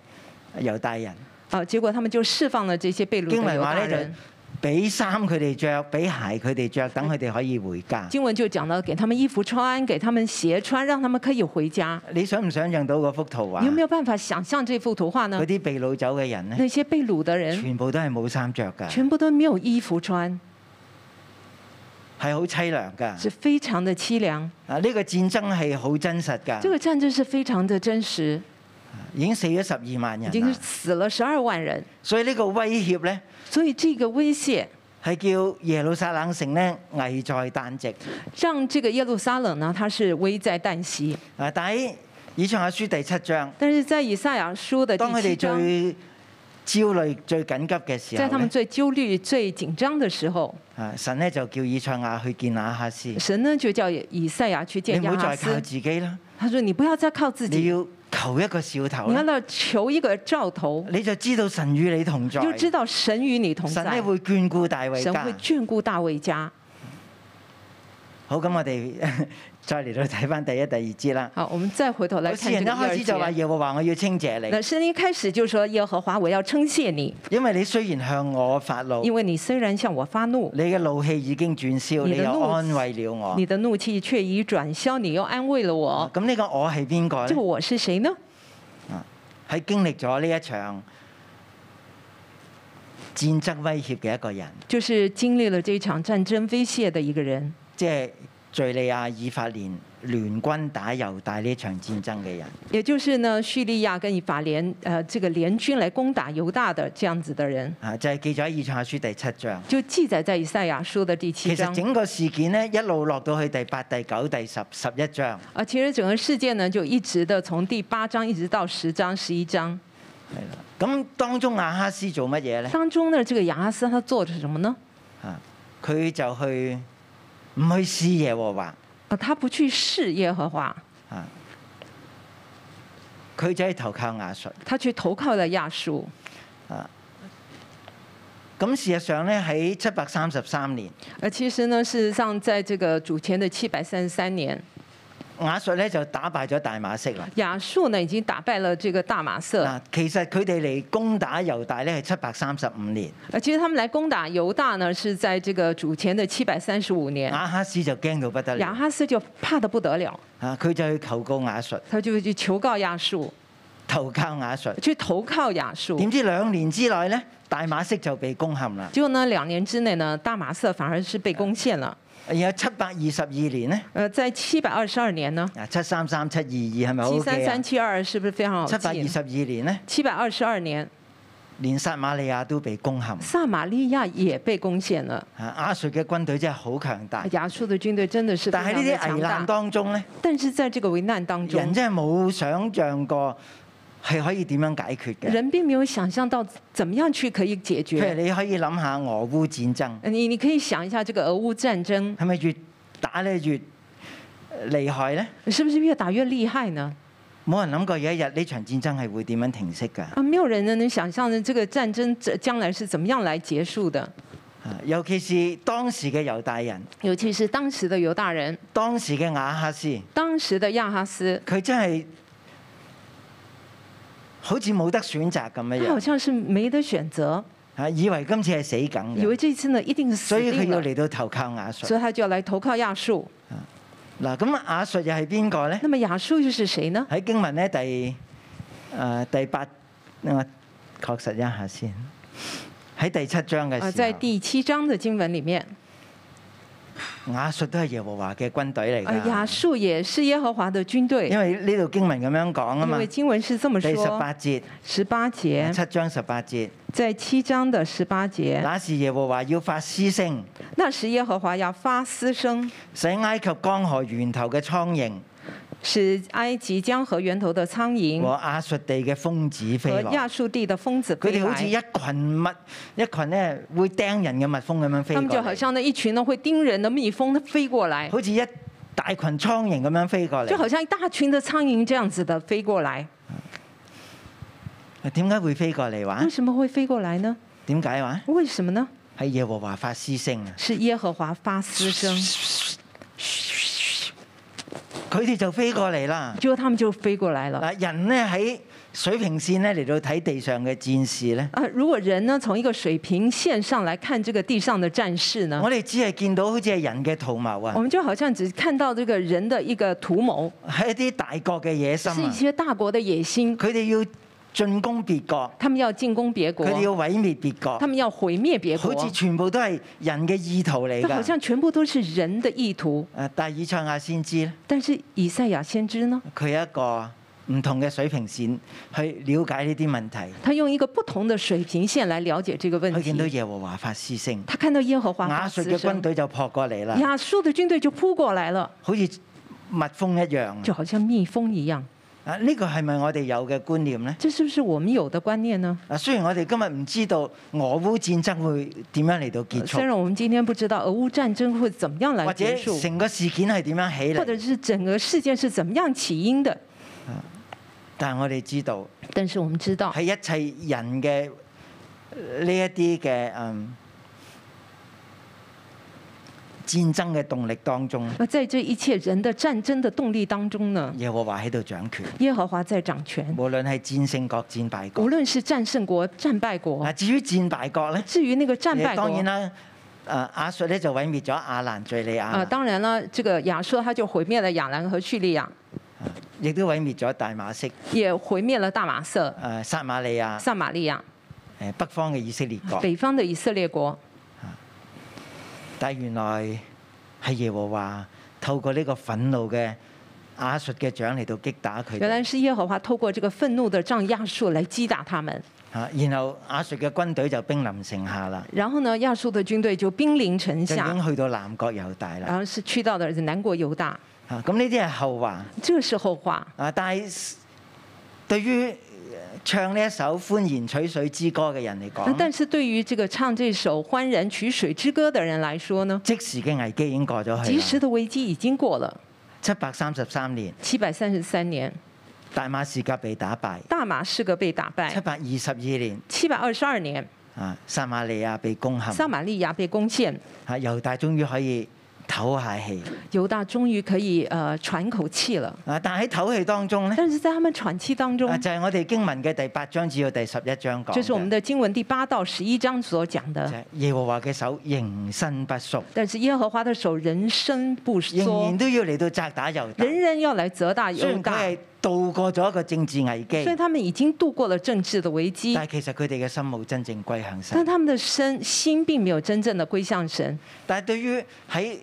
Speaker 2: 猶大人。
Speaker 3: 啊！结果他们就釋放了这些被掳
Speaker 2: 經
Speaker 3: 的
Speaker 2: 文
Speaker 3: 犹
Speaker 2: 話
Speaker 3: 大
Speaker 2: 咧
Speaker 3: 人
Speaker 2: 就。俾衫佢哋着，俾鞋佢哋着，等佢哋可以回家。
Speaker 3: 经文就講到给他们衣服穿，给他们鞋穿，让他们可以回家。
Speaker 2: 你想唔想像到嗰幅圖畫？
Speaker 3: 你有沒有辦法想象这幅图画呢
Speaker 2: 嗰？啲被掳走嘅人咧，
Speaker 3: 那些被掳的人
Speaker 2: 全部都係冇衫着㗎，
Speaker 3: 全部都没有衣服穿，
Speaker 2: 係好凄涼㗎。
Speaker 3: 是非常的凄涼。
Speaker 2: 啊，呢個戰爭係好真實
Speaker 3: 这
Speaker 2: 㗎，
Speaker 3: 个戰爭是非常的真實，
Speaker 2: 已經死咗十二萬
Speaker 3: 已經
Speaker 2: 人啦。
Speaker 3: 死了十二万人，
Speaker 2: 所以呢個威脅咧。
Speaker 3: 所以这个威胁
Speaker 2: 係叫耶路撒冷城咧危在旦夕。
Speaker 3: 让这个耶路撒冷呢，它是危在旦夕。
Speaker 2: 啊，但喺以賽亞書第七章，
Speaker 3: 但是在以赛亚书的
Speaker 2: 當
Speaker 3: 第
Speaker 2: 佢
Speaker 3: 七
Speaker 2: 哋
Speaker 3: 章，
Speaker 2: 最焦慮、最緊急嘅時
Speaker 3: 在
Speaker 2: 候
Speaker 3: 他们
Speaker 2: 咧，
Speaker 3: 最焦虑、最緊張的时候，
Speaker 2: 啊，神咧就叫以賽亞去見亞哈斯，
Speaker 3: 神呢就叫以赛亚去
Speaker 2: 你唔
Speaker 3: 见亚
Speaker 2: 好
Speaker 3: 哈
Speaker 2: 再靠
Speaker 3: 斯，
Speaker 2: 自己啦，
Speaker 3: 他说：“你不要再靠自
Speaker 2: 你
Speaker 3: 己，
Speaker 2: 要求一個兆頭
Speaker 3: 你要
Speaker 2: 啦，
Speaker 3: 到求一个兆头，
Speaker 2: 你就知道神與你同在
Speaker 3: 你，就知道神与你同
Speaker 2: 神
Speaker 3: 在
Speaker 2: 咧，會眷顧大衛
Speaker 3: 神会
Speaker 2: 家。
Speaker 3: 眷顧大卫家。”
Speaker 2: 好，咁我哋 再嚟到睇翻第一、第二節啦。
Speaker 3: 好，我们再回头来
Speaker 2: 有
Speaker 3: 看
Speaker 2: 詩
Speaker 3: 这
Speaker 2: 人一
Speaker 3: 个
Speaker 2: 開始
Speaker 3: 第
Speaker 2: 就
Speaker 3: 二
Speaker 2: 話
Speaker 3: 节。
Speaker 2: 耶和華我要稱謝
Speaker 3: 那
Speaker 2: 你，
Speaker 3: 圣经一开始就说耶和华，我要称谢你，
Speaker 2: 因為你雖然向我發怒，
Speaker 3: 因为你虽然向我发怒，
Speaker 2: 你嘅怒氣已經轉消，
Speaker 3: 你
Speaker 2: 你
Speaker 3: 的
Speaker 2: 又
Speaker 3: 怒
Speaker 2: 安慰了我。
Speaker 3: 你的怒气却已转消，你又安慰了我。
Speaker 2: 咁呢個我係邊個
Speaker 3: 这个
Speaker 2: 呢？
Speaker 3: 我是谁呢？
Speaker 2: 係經歷咗呢一場戰爭威脅嘅一個人，
Speaker 3: 就是经历了这场战争威胁的一个人，
Speaker 2: 即係敍利亞以法蓮聯軍打猶大呢場戰爭嘅人。
Speaker 3: 也就是呢叙利亚跟以法联呃这个联军来攻打犹大的这样子的人，
Speaker 2: 啊，就係記載喺《以賽亞書》第七章。
Speaker 3: 就记载在以赛亚书的第七
Speaker 2: 其
Speaker 3: 章
Speaker 2: 實。整個事件呢，一路落到去第八、第九、第十、十一章，
Speaker 3: 啊，其实整个事件呢，就一直的从第八章一直到十章、十一章
Speaker 2: 係啦。咁當中亞哈斯做乜嘢呢？
Speaker 3: 当中呢，这个亚哈斯他做的是什么呢？
Speaker 2: 啊，佢就去唔去試耶和華
Speaker 3: 啊，他不去试耶和华，
Speaker 2: 啊，佢就係投靠亞述。
Speaker 3: 他去投靠了亚述。
Speaker 2: 咁事實上咧，喺七百三十三年，
Speaker 3: 呃，其实呢，事实上，在这个主前的七百三十三年，
Speaker 2: 亞述咧就打敗咗大馬色啦。
Speaker 3: 亚述呢已经打败了这个大马色。
Speaker 2: 嗱，其實佢哋嚟攻打猶大咧係七百三十五年，
Speaker 3: 呃，其实他们来攻打犹大呢，是在这个主前的七百三十五年。
Speaker 2: 亞哈斯就驚到不得
Speaker 3: 亚
Speaker 2: 了，
Speaker 3: 哈斯就怕得不得了，
Speaker 2: 啊，佢就去求告亞述，
Speaker 3: 他就去求告亚述，
Speaker 2: 投靠亞述。
Speaker 3: 去投靠亚述。
Speaker 2: 點知兩年之內咧，大馬色就被攻陷啦。
Speaker 3: 结果呢，两年之内呢，大马色反而是被攻陷了。
Speaker 2: 然後七百二十二年咧，
Speaker 3: 呃，在七百二十二年呢，
Speaker 2: 啊，七三三七二二係咪好啊
Speaker 3: 七三
Speaker 2: 記啊
Speaker 3: 三？七二是不是非常
Speaker 2: 七
Speaker 3: 好
Speaker 2: 百二
Speaker 3: 记？
Speaker 2: 十二年咧，
Speaker 3: 七百二十二年，
Speaker 2: 連撒瑪利亞都被攻陷。
Speaker 3: 撒玛利亚也被攻陷了。啊
Speaker 2: 啊，亞述嘅軍隊真係好強大，
Speaker 3: 亚述的军队真的是非
Speaker 2: 但
Speaker 3: 常
Speaker 2: 喺呢
Speaker 3: 的
Speaker 2: 啲
Speaker 3: 强
Speaker 2: 危難
Speaker 3: 大，
Speaker 2: 當中咧。
Speaker 3: 但是在这个危难当
Speaker 2: 人
Speaker 3: 中，
Speaker 2: 真係冇想象過係可以點樣解決嘅。
Speaker 3: 人并没有想象到怎么样去可以
Speaker 2: 譬
Speaker 3: 解决。
Speaker 2: 如你可以諗下俄烏戰爭，
Speaker 3: 你你可以想一下这个俄乌战争
Speaker 2: 係咪越打咧越厲害呢？
Speaker 3: 是不是越打越厉害呢？
Speaker 2: 冇人諗過有一日呢場戰爭係會點樣停息㗎。
Speaker 3: 啊，没有人能想象的这个战争这将来是怎么样来结束的。
Speaker 2: 啊尤其是當時嘅猶大人，
Speaker 3: 尤其是当时的犹大人，
Speaker 2: 當時嘅雅哈斯，
Speaker 3: 当时的亚哈斯，
Speaker 2: 佢真係好似冇得選擇咁
Speaker 3: 他
Speaker 2: 樣
Speaker 3: 好
Speaker 2: 樣，
Speaker 3: 像是没得选择，
Speaker 2: 啊以為今次係死梗
Speaker 3: 以
Speaker 2: 嘅，
Speaker 3: 为这次呢一定是死
Speaker 2: 嗯所以佢
Speaker 3: 定
Speaker 2: 要
Speaker 3: 了，
Speaker 2: 嚟到投靠亞述。
Speaker 3: 所以他就要来投靠亚述。
Speaker 2: 嗱，咁亞述又係邊個呢？
Speaker 3: 那么亚述又是谁呢？
Speaker 2: 喺經文咧第誒、呃第八，我確實一下先。喺第七章嘅
Speaker 3: 啊，在
Speaker 2: 時
Speaker 3: 第七章的經文里面，
Speaker 2: 候，亞述都係耶和華嘅軍隊嚟
Speaker 3: 啊，亚
Speaker 2: 㗎。
Speaker 3: 述也是耶和華的軍隊
Speaker 2: 因，為呢度經文咁樣講啊
Speaker 3: 因
Speaker 2: 嘛，
Speaker 3: 為經文是這麼
Speaker 2: 第十
Speaker 3: 說，
Speaker 2: 八節，
Speaker 3: 十八節，
Speaker 2: 七章十八節，
Speaker 3: 在七章的十八節，
Speaker 2: 那時耶和華要發嘶聲，
Speaker 3: 那時耶和華要發嘶聲，
Speaker 2: 使埃及江河源頭嘅蒼蠅
Speaker 3: 使埃及江河源頭的蒼蠅
Speaker 2: 和亞述地嘅蜂子
Speaker 3: 和
Speaker 2: 飛
Speaker 3: 亞
Speaker 2: 來。
Speaker 3: 述地的蜂子
Speaker 2: 佢
Speaker 3: 飛
Speaker 2: 哋好似一
Speaker 3: 來。
Speaker 2: 群蜜，一群咧會釘人嘅蜜蜂咁樣飛
Speaker 3: 他
Speaker 2: 過
Speaker 3: 们就好
Speaker 2: 嚟，
Speaker 3: 像那一群呢會叮人的蜜蜂飛過來，
Speaker 2: 好似一大群蒼蠅咁樣飛過
Speaker 3: 就
Speaker 2: 嚟
Speaker 3: 好。像一大群的蒼蠅這樣子的飛過來。
Speaker 2: 點解會飛過嚟話
Speaker 3: 為？什麼會飛過來呢？
Speaker 2: 點解話？
Speaker 3: 為什麼呢？
Speaker 2: 係耶和華發嘶聲啊！
Speaker 3: 是耶和華發嘶聲，
Speaker 2: 佢哋就飛過嚟啦。
Speaker 3: 結果他們就飛過來了。
Speaker 2: 嗱，人呢喺水平線咧嚟到睇地上嘅戰士呢，
Speaker 3: 啊，如果人呢從一個水平線上來看這個地上的戰事呢，
Speaker 2: 我哋只係見到好似係人嘅圖謀
Speaker 3: 嗯我
Speaker 2: 啊，
Speaker 3: 們就好像只看到這個人的一個圖謀，
Speaker 2: 係一啲大國嘅野心
Speaker 3: 是一
Speaker 2: 啊。
Speaker 3: 些大國的野心，
Speaker 2: 佢哋要進攻別國，
Speaker 3: 他們要進攻別
Speaker 2: 佢哋要
Speaker 3: 國，
Speaker 2: 毀滅別
Speaker 3: 他
Speaker 2: 國，
Speaker 3: 們要毀滅別
Speaker 2: 好似
Speaker 3: 國，
Speaker 2: 全部都係人嘅意圖嚟
Speaker 3: 這好
Speaker 2: 㗎。啊
Speaker 3: 像全部都是人的意圖。
Speaker 2: 誒，但係以賽亞先知咧，
Speaker 3: 但是以賽亞先知呢，
Speaker 2: 佢有一個唔同嘅水平線去了解呢啲問題。
Speaker 3: 他用一個不同的水平線來了解這個問
Speaker 2: 佢見到
Speaker 3: 題。
Speaker 2: 耶和華發嘶聲，
Speaker 3: 他看到耶和華
Speaker 2: 亞
Speaker 3: 發
Speaker 2: 述
Speaker 3: 嘶
Speaker 2: 嘅軍
Speaker 3: 聲，
Speaker 2: 隊就撲過嚟啦。
Speaker 3: 亞述的軍隊就撲過來了，
Speaker 2: 好似蜜蜂一樣。
Speaker 3: 就好像蜜蜂一樣。
Speaker 2: 啊，呢個係咪我哋有嘅觀念呢？
Speaker 3: 這是不是我們有的觀念呢？
Speaker 2: 啊，雖然我哋今日唔知道俄烏戰爭會點樣嚟到結
Speaker 3: 呃虽
Speaker 2: 束，
Speaker 3: 然我们今天不知道俄乌战争会怎么样来
Speaker 2: 或
Speaker 3: 结
Speaker 2: 者
Speaker 3: 束，
Speaker 2: 成個事件係點樣起
Speaker 3: 或者
Speaker 2: 嚟，
Speaker 3: 是整个事件是怎么样起因的，
Speaker 2: 但係我哋知道
Speaker 3: 但是我们知道
Speaker 2: 喺一切人嘅呃呢一啲嘅嗯戰爭嘅動力當中，
Speaker 3: 那在这一切人的战争的动力当中呢，
Speaker 2: 耶和華喺度掌權，
Speaker 3: 耶和华在掌权，
Speaker 2: 無論係戰勝國、戰敗
Speaker 3: 无
Speaker 2: 國。
Speaker 3: 论是战胜国、战败国
Speaker 2: 啊，，至於戰敗國呢，
Speaker 3: 至于那个战败国
Speaker 2: 當哎然。啦，誒亞述咧就毀滅咗亞蘭敍利
Speaker 3: 啊、
Speaker 2: 亞，
Speaker 3: 当然了，这个亚述他就毁灭了亚兰和叙利亚，
Speaker 2: 啊亦都毀滅咗大馬色。
Speaker 3: 也毁灭了大马色、
Speaker 2: 誒撒瑪利亞
Speaker 3: 撒玛利亞、
Speaker 2: 誒北方嘅以色列國，
Speaker 3: 北方的以色列國。
Speaker 2: 但原來係耶和華透過呢個憤怒嘅亞述嘅掌嚟到擊打佢
Speaker 3: 原
Speaker 2: 哋
Speaker 3: 来是耶和华透过这个愤怒的仗亚述来击打他们，
Speaker 2: 嚇，啊然後亞述嘅軍隊就兵臨城下啦，
Speaker 3: 然后呢，亚述的軍隊就兵臨城
Speaker 2: 就已
Speaker 3: 下，啊
Speaker 2: 經去到南國猶大
Speaker 3: 然
Speaker 2: 啦
Speaker 3: 后是去到的南國猶大，
Speaker 2: 嚇。咁呢啲係後話
Speaker 3: 這是後話。
Speaker 2: 啊，但係對於唱呢一首歡然取水之歌嘅人嚟
Speaker 3: 那啊但
Speaker 2: 講，
Speaker 3: 是對於這個唱這首《歡然取水之歌》的人來說呢，
Speaker 2: 即時嘅危機已經過咗去
Speaker 3: 即時
Speaker 2: 啦。
Speaker 3: 的危機已經過了。
Speaker 2: 七百三十三年，
Speaker 3: 七百三十三年，
Speaker 2: 大馬士革被打敗；
Speaker 3: 大馬士革被打
Speaker 2: 七
Speaker 3: 敗；
Speaker 2: 百二十二年，
Speaker 3: 七百二十二年，
Speaker 2: 啊撒瑪利亞被攻陷。
Speaker 3: 撒瑪利亞被攻陷。
Speaker 2: 嚇，猶大終於可以唞下氣。
Speaker 3: 猶大終於可以呃喘口氣了。
Speaker 2: 啊，但喺唞氣當中咧，
Speaker 3: 但是在他們喘氣當中
Speaker 2: 啊，就係、我哋經文嘅第八章至到第十一章講嘅，
Speaker 3: 就是我們
Speaker 2: 就
Speaker 3: 的經文第八到十一章所講的。
Speaker 2: 係耶和華嘅手仍伸不縮，
Speaker 3: 但是耶和華的手仍伸不
Speaker 2: 仍然
Speaker 3: 縮，
Speaker 2: 都要嚟到責打猶大。
Speaker 3: 仍然要來責打
Speaker 2: 雖
Speaker 3: 猶
Speaker 2: 然佢
Speaker 3: 大。
Speaker 2: 係渡過咗一個政治危機
Speaker 3: 所以，他們已經度過了政治的危機，
Speaker 2: 但係其實佢哋嘅心冇真正歸向
Speaker 3: 但
Speaker 2: 神。
Speaker 3: 他們的身心並沒有真正的歸向神。
Speaker 2: 但係對於喺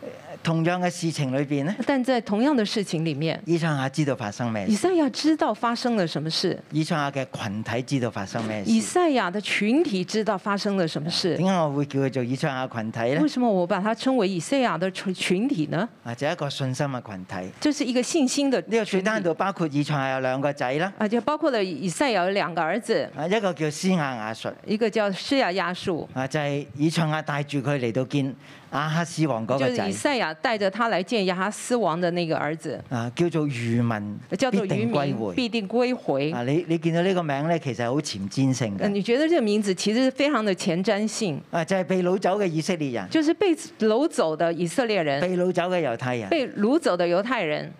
Speaker 2: 呃同樣嘅事情裏邊咧，
Speaker 3: 但在同樣的事情裡面，
Speaker 2: 以賽亞知道發生咩
Speaker 3: 以
Speaker 2: 事，
Speaker 3: 赛亚知道發生了什麼事，
Speaker 2: 以賽亞嘅群體知道發生咩
Speaker 3: 以
Speaker 2: 事。
Speaker 3: 赛亞的群體知道發生了什麼事
Speaker 2: 點。解我會叫佢做以賽亞群體咧
Speaker 3: 為？什麼我把它稱為以赛亞的群群體呢？
Speaker 2: 啊，就係一個信心嘅群體。
Speaker 3: 这是一個信心的
Speaker 2: 呢個
Speaker 3: 群
Speaker 2: 最
Speaker 3: 體
Speaker 2: 單度包括以賽亞有兩個仔啦，
Speaker 3: 啊，就包括了以赛亞有兩個兒子，
Speaker 2: 啊一個叫施亞雅述，
Speaker 3: 一個叫施亞亞述，
Speaker 2: 啊就係以賽亞帶住佢嚟到見亞哈斯王嗰
Speaker 3: 就
Speaker 2: 個
Speaker 3: 是以
Speaker 2: 仔，
Speaker 3: 赛亞帶着他來見亞哈斯王的那個兒子，
Speaker 2: 啊叫做愚民，
Speaker 3: 叫做
Speaker 2: 必
Speaker 3: 渔
Speaker 2: 定歸
Speaker 3: 民
Speaker 2: 回。
Speaker 3: 必定歸回。
Speaker 2: 啊你你見到呢個名咧，其實係好前瞻性嘅，
Speaker 3: 呃你覺得這個名字其實是非常的前瞻性，
Speaker 2: 啊就係被擄走嘅以色列人，
Speaker 3: 就是被掳走的以色列人，
Speaker 2: 被擄走嘅猶太人，
Speaker 3: 被掳走的猶太人。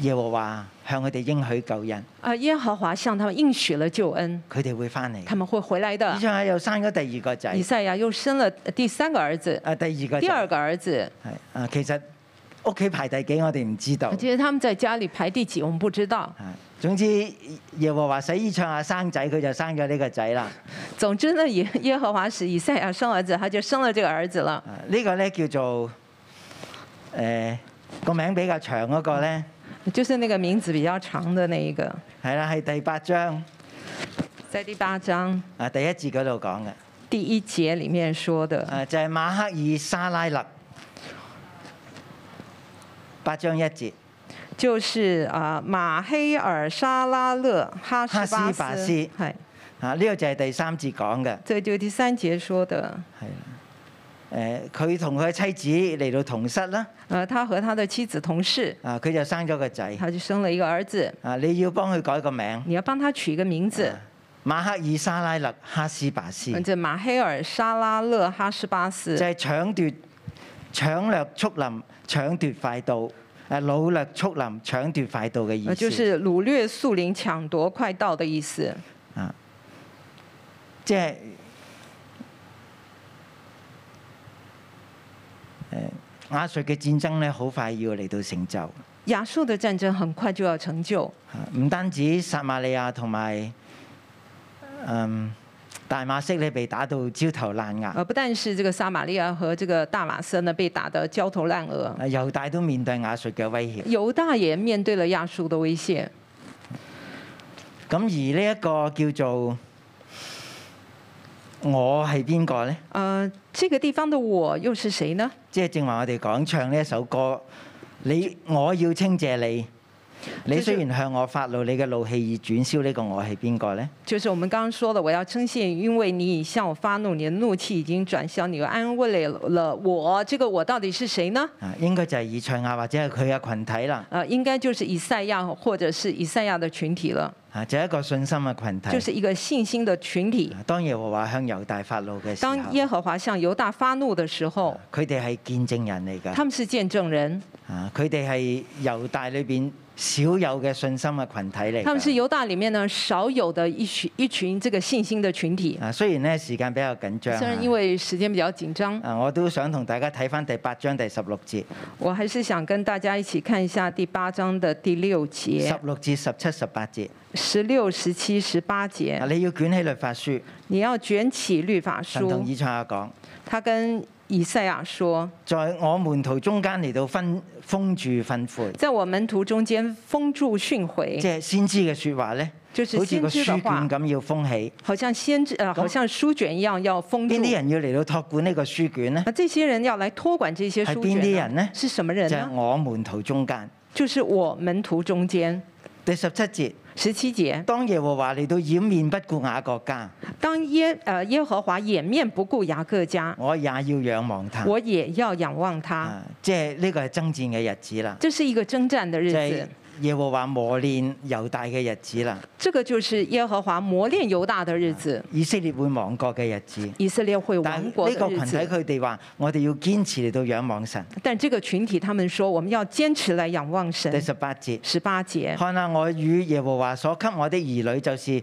Speaker 2: 耶和華向佢哋應許救恩，
Speaker 3: 啊，耶和華向他們應許了救恩，
Speaker 2: 佢哋會翻嚟。
Speaker 3: 他們會回來的
Speaker 2: 以。賽亞又生咗第二個仔
Speaker 3: 以，賽亞又生了第三個兒子，
Speaker 2: 啊第二個
Speaker 3: 第二
Speaker 2: 仔
Speaker 3: 個兒子。
Speaker 2: 係啊其實屋企排第幾我哋唔知道。
Speaker 3: 其實他們在家裡排第幾，我們不知道。
Speaker 2: 啊總之耶和華使以賽亞生仔，佢就生咗呢個仔啦。
Speaker 3: 總之呢，耶耶和華使以賽亞生兒子，他就生了這個兒子了。
Speaker 2: 啊呢個咧叫做誒個名比較長嗰個咧，
Speaker 3: 就是那個名字比較長的那一個，
Speaker 2: 係啦，係第八章
Speaker 3: 在第八章
Speaker 2: 啊第一節嗰度講嘅，
Speaker 3: 第一節裡面說的，
Speaker 2: 啊就係馬克爾沙拉勒八章一節，
Speaker 3: 就是啊馬黑爾沙拉勒哈斯巴斯，
Speaker 2: 哈斯巴斯
Speaker 3: 係，
Speaker 2: 啊呢個就係第三節講嘅，
Speaker 3: 這就是第三節說的。
Speaker 2: 係啦誒呃佢同佢嘅妻子嚟到同室啦，
Speaker 3: 呃，他和他的妻子同事，
Speaker 2: 啊佢就生咗個仔，
Speaker 3: 他就生了一個兒子。
Speaker 2: 啊你要幫佢改個名，
Speaker 3: 你要幫他取一個名字，
Speaker 2: 馬克爾沙拉勒哈斯巴斯。
Speaker 3: 嗯，这馬黑爾沙拉勒哈什巴斯
Speaker 2: 就，係搶奪、搶掠速林、搶奪快到，誒擄掠速林、搶奪快到嘅意
Speaker 3: 呃
Speaker 2: 思。
Speaker 3: 就是掳掠、速靈、搶奪、快到的意思。
Speaker 2: 啊，即係誒、亞述嘅戰爭咧，好快要嚟到成就。啊
Speaker 3: 亞述的戰爭很快就要成就，
Speaker 2: 唔單止撒瑪利亞同埋嗯大馬色咧被打到焦頭爛額，
Speaker 3: 呃，不但是這個撒瑪利亞和這個大馬色呢被打得焦頭爛額，
Speaker 2: 啊猶大都面對亞述嘅威脅。
Speaker 3: 猶大也面對了亞述的威脅。
Speaker 2: 咁而呢一個叫做我係邊個呢？
Speaker 3: 呃，這個地方的我又是誰呢？
Speaker 2: 即係正話我哋講唱呢一首歌，你我要稱謝你。你雖然向我發怒，你嘅怒氣已轉消。呢個我係邊個呢？
Speaker 3: 就是我們剛剛說的，我要稱謝，因為你已向我發怒，你的怒氣已經轉消，你又安慰了了我。這個我到底是誰呢？
Speaker 2: 啊，應該就係以賽亞或者係佢嘅群體啦。
Speaker 3: 呃，應該就是以賽亞或者是以賽亞的群體了，
Speaker 2: 啊，就係一個信心嘅群體。
Speaker 3: 就是一個信心的群體。
Speaker 2: 啊當耶和華向猶大發怒嘅時候，
Speaker 3: 當耶和華向猶大發怒的時候，
Speaker 2: 佢哋係見證人嚟㗎。
Speaker 3: 他們是見證人，
Speaker 2: 啊，佢哋係猶大裏邊少有嘅信心嘅群體嚟㗎。
Speaker 3: 他們是猶大裡面呢少有的一群一群這個信心的群體。
Speaker 2: 啊，雖然咧時間比較緊張啊，
Speaker 3: 雖然因為時間比較緊張，
Speaker 2: 啊，我都想同大家睇翻第八章第十六節、
Speaker 3: 我還是想跟大家一起看一下第八章的第六
Speaker 2: 十
Speaker 3: 節、
Speaker 2: 六至十七、十八節。
Speaker 3: 十六、十七、十八
Speaker 2: 啊，
Speaker 3: 節。
Speaker 2: 你要捲起律法書，
Speaker 3: 你要卷起律法
Speaker 2: 神同
Speaker 3: 書，
Speaker 2: 以賽亞講，
Speaker 3: 他跟以賽亞說，
Speaker 2: 在我門徒中間嚟到分封住訓悔，
Speaker 3: 在我門徒中間封住訓诲
Speaker 2: 即。係先知嘅説話咧，
Speaker 3: 就是
Speaker 2: 好似個
Speaker 3: 先
Speaker 2: 書
Speaker 3: 知的話
Speaker 2: 卷咁要封起。
Speaker 3: 好像先知呃，好像书卷一樣要封住
Speaker 2: 邊。啲人要嚟到託管呢個書卷呢？
Speaker 3: 那这些人要來托管這些書卷
Speaker 2: 係邊啲人呢
Speaker 3: 是什麼
Speaker 2: 就
Speaker 3: 人
Speaker 2: 係
Speaker 3: 呢？
Speaker 2: 我門徒中間。
Speaker 3: 就是我門徒中間。
Speaker 2: 第十七節，
Speaker 3: 十七節，
Speaker 2: 當耶和華嚟到掩面不顧雅各家，
Speaker 3: 當耶呃耶和華掩面不顧雅各家，
Speaker 2: 我也要仰望他。
Speaker 3: 我也要仰望他。
Speaker 2: 啊，即係呢個係爭戰嘅日子啦。
Speaker 3: 這是一個征戰的日
Speaker 2: 就係
Speaker 3: 子，
Speaker 2: 耶和華磨練猶大嘅日子啦，
Speaker 3: 這個就是耶和華磨練猶大的日子，
Speaker 2: 以色列會亡國嘅日子。
Speaker 3: 以色列會
Speaker 2: 但
Speaker 3: 亡國
Speaker 2: 係呢
Speaker 3: 的
Speaker 2: 個
Speaker 3: 日
Speaker 2: 群體
Speaker 3: 子。
Speaker 2: 佢哋話：我哋要堅持嚟到仰望神。
Speaker 3: 但這個群體，他們說我們要堅持來仰望神
Speaker 2: 第。十八節，
Speaker 3: 十八節，
Speaker 2: 看下我與耶和華所給我的兒女，就是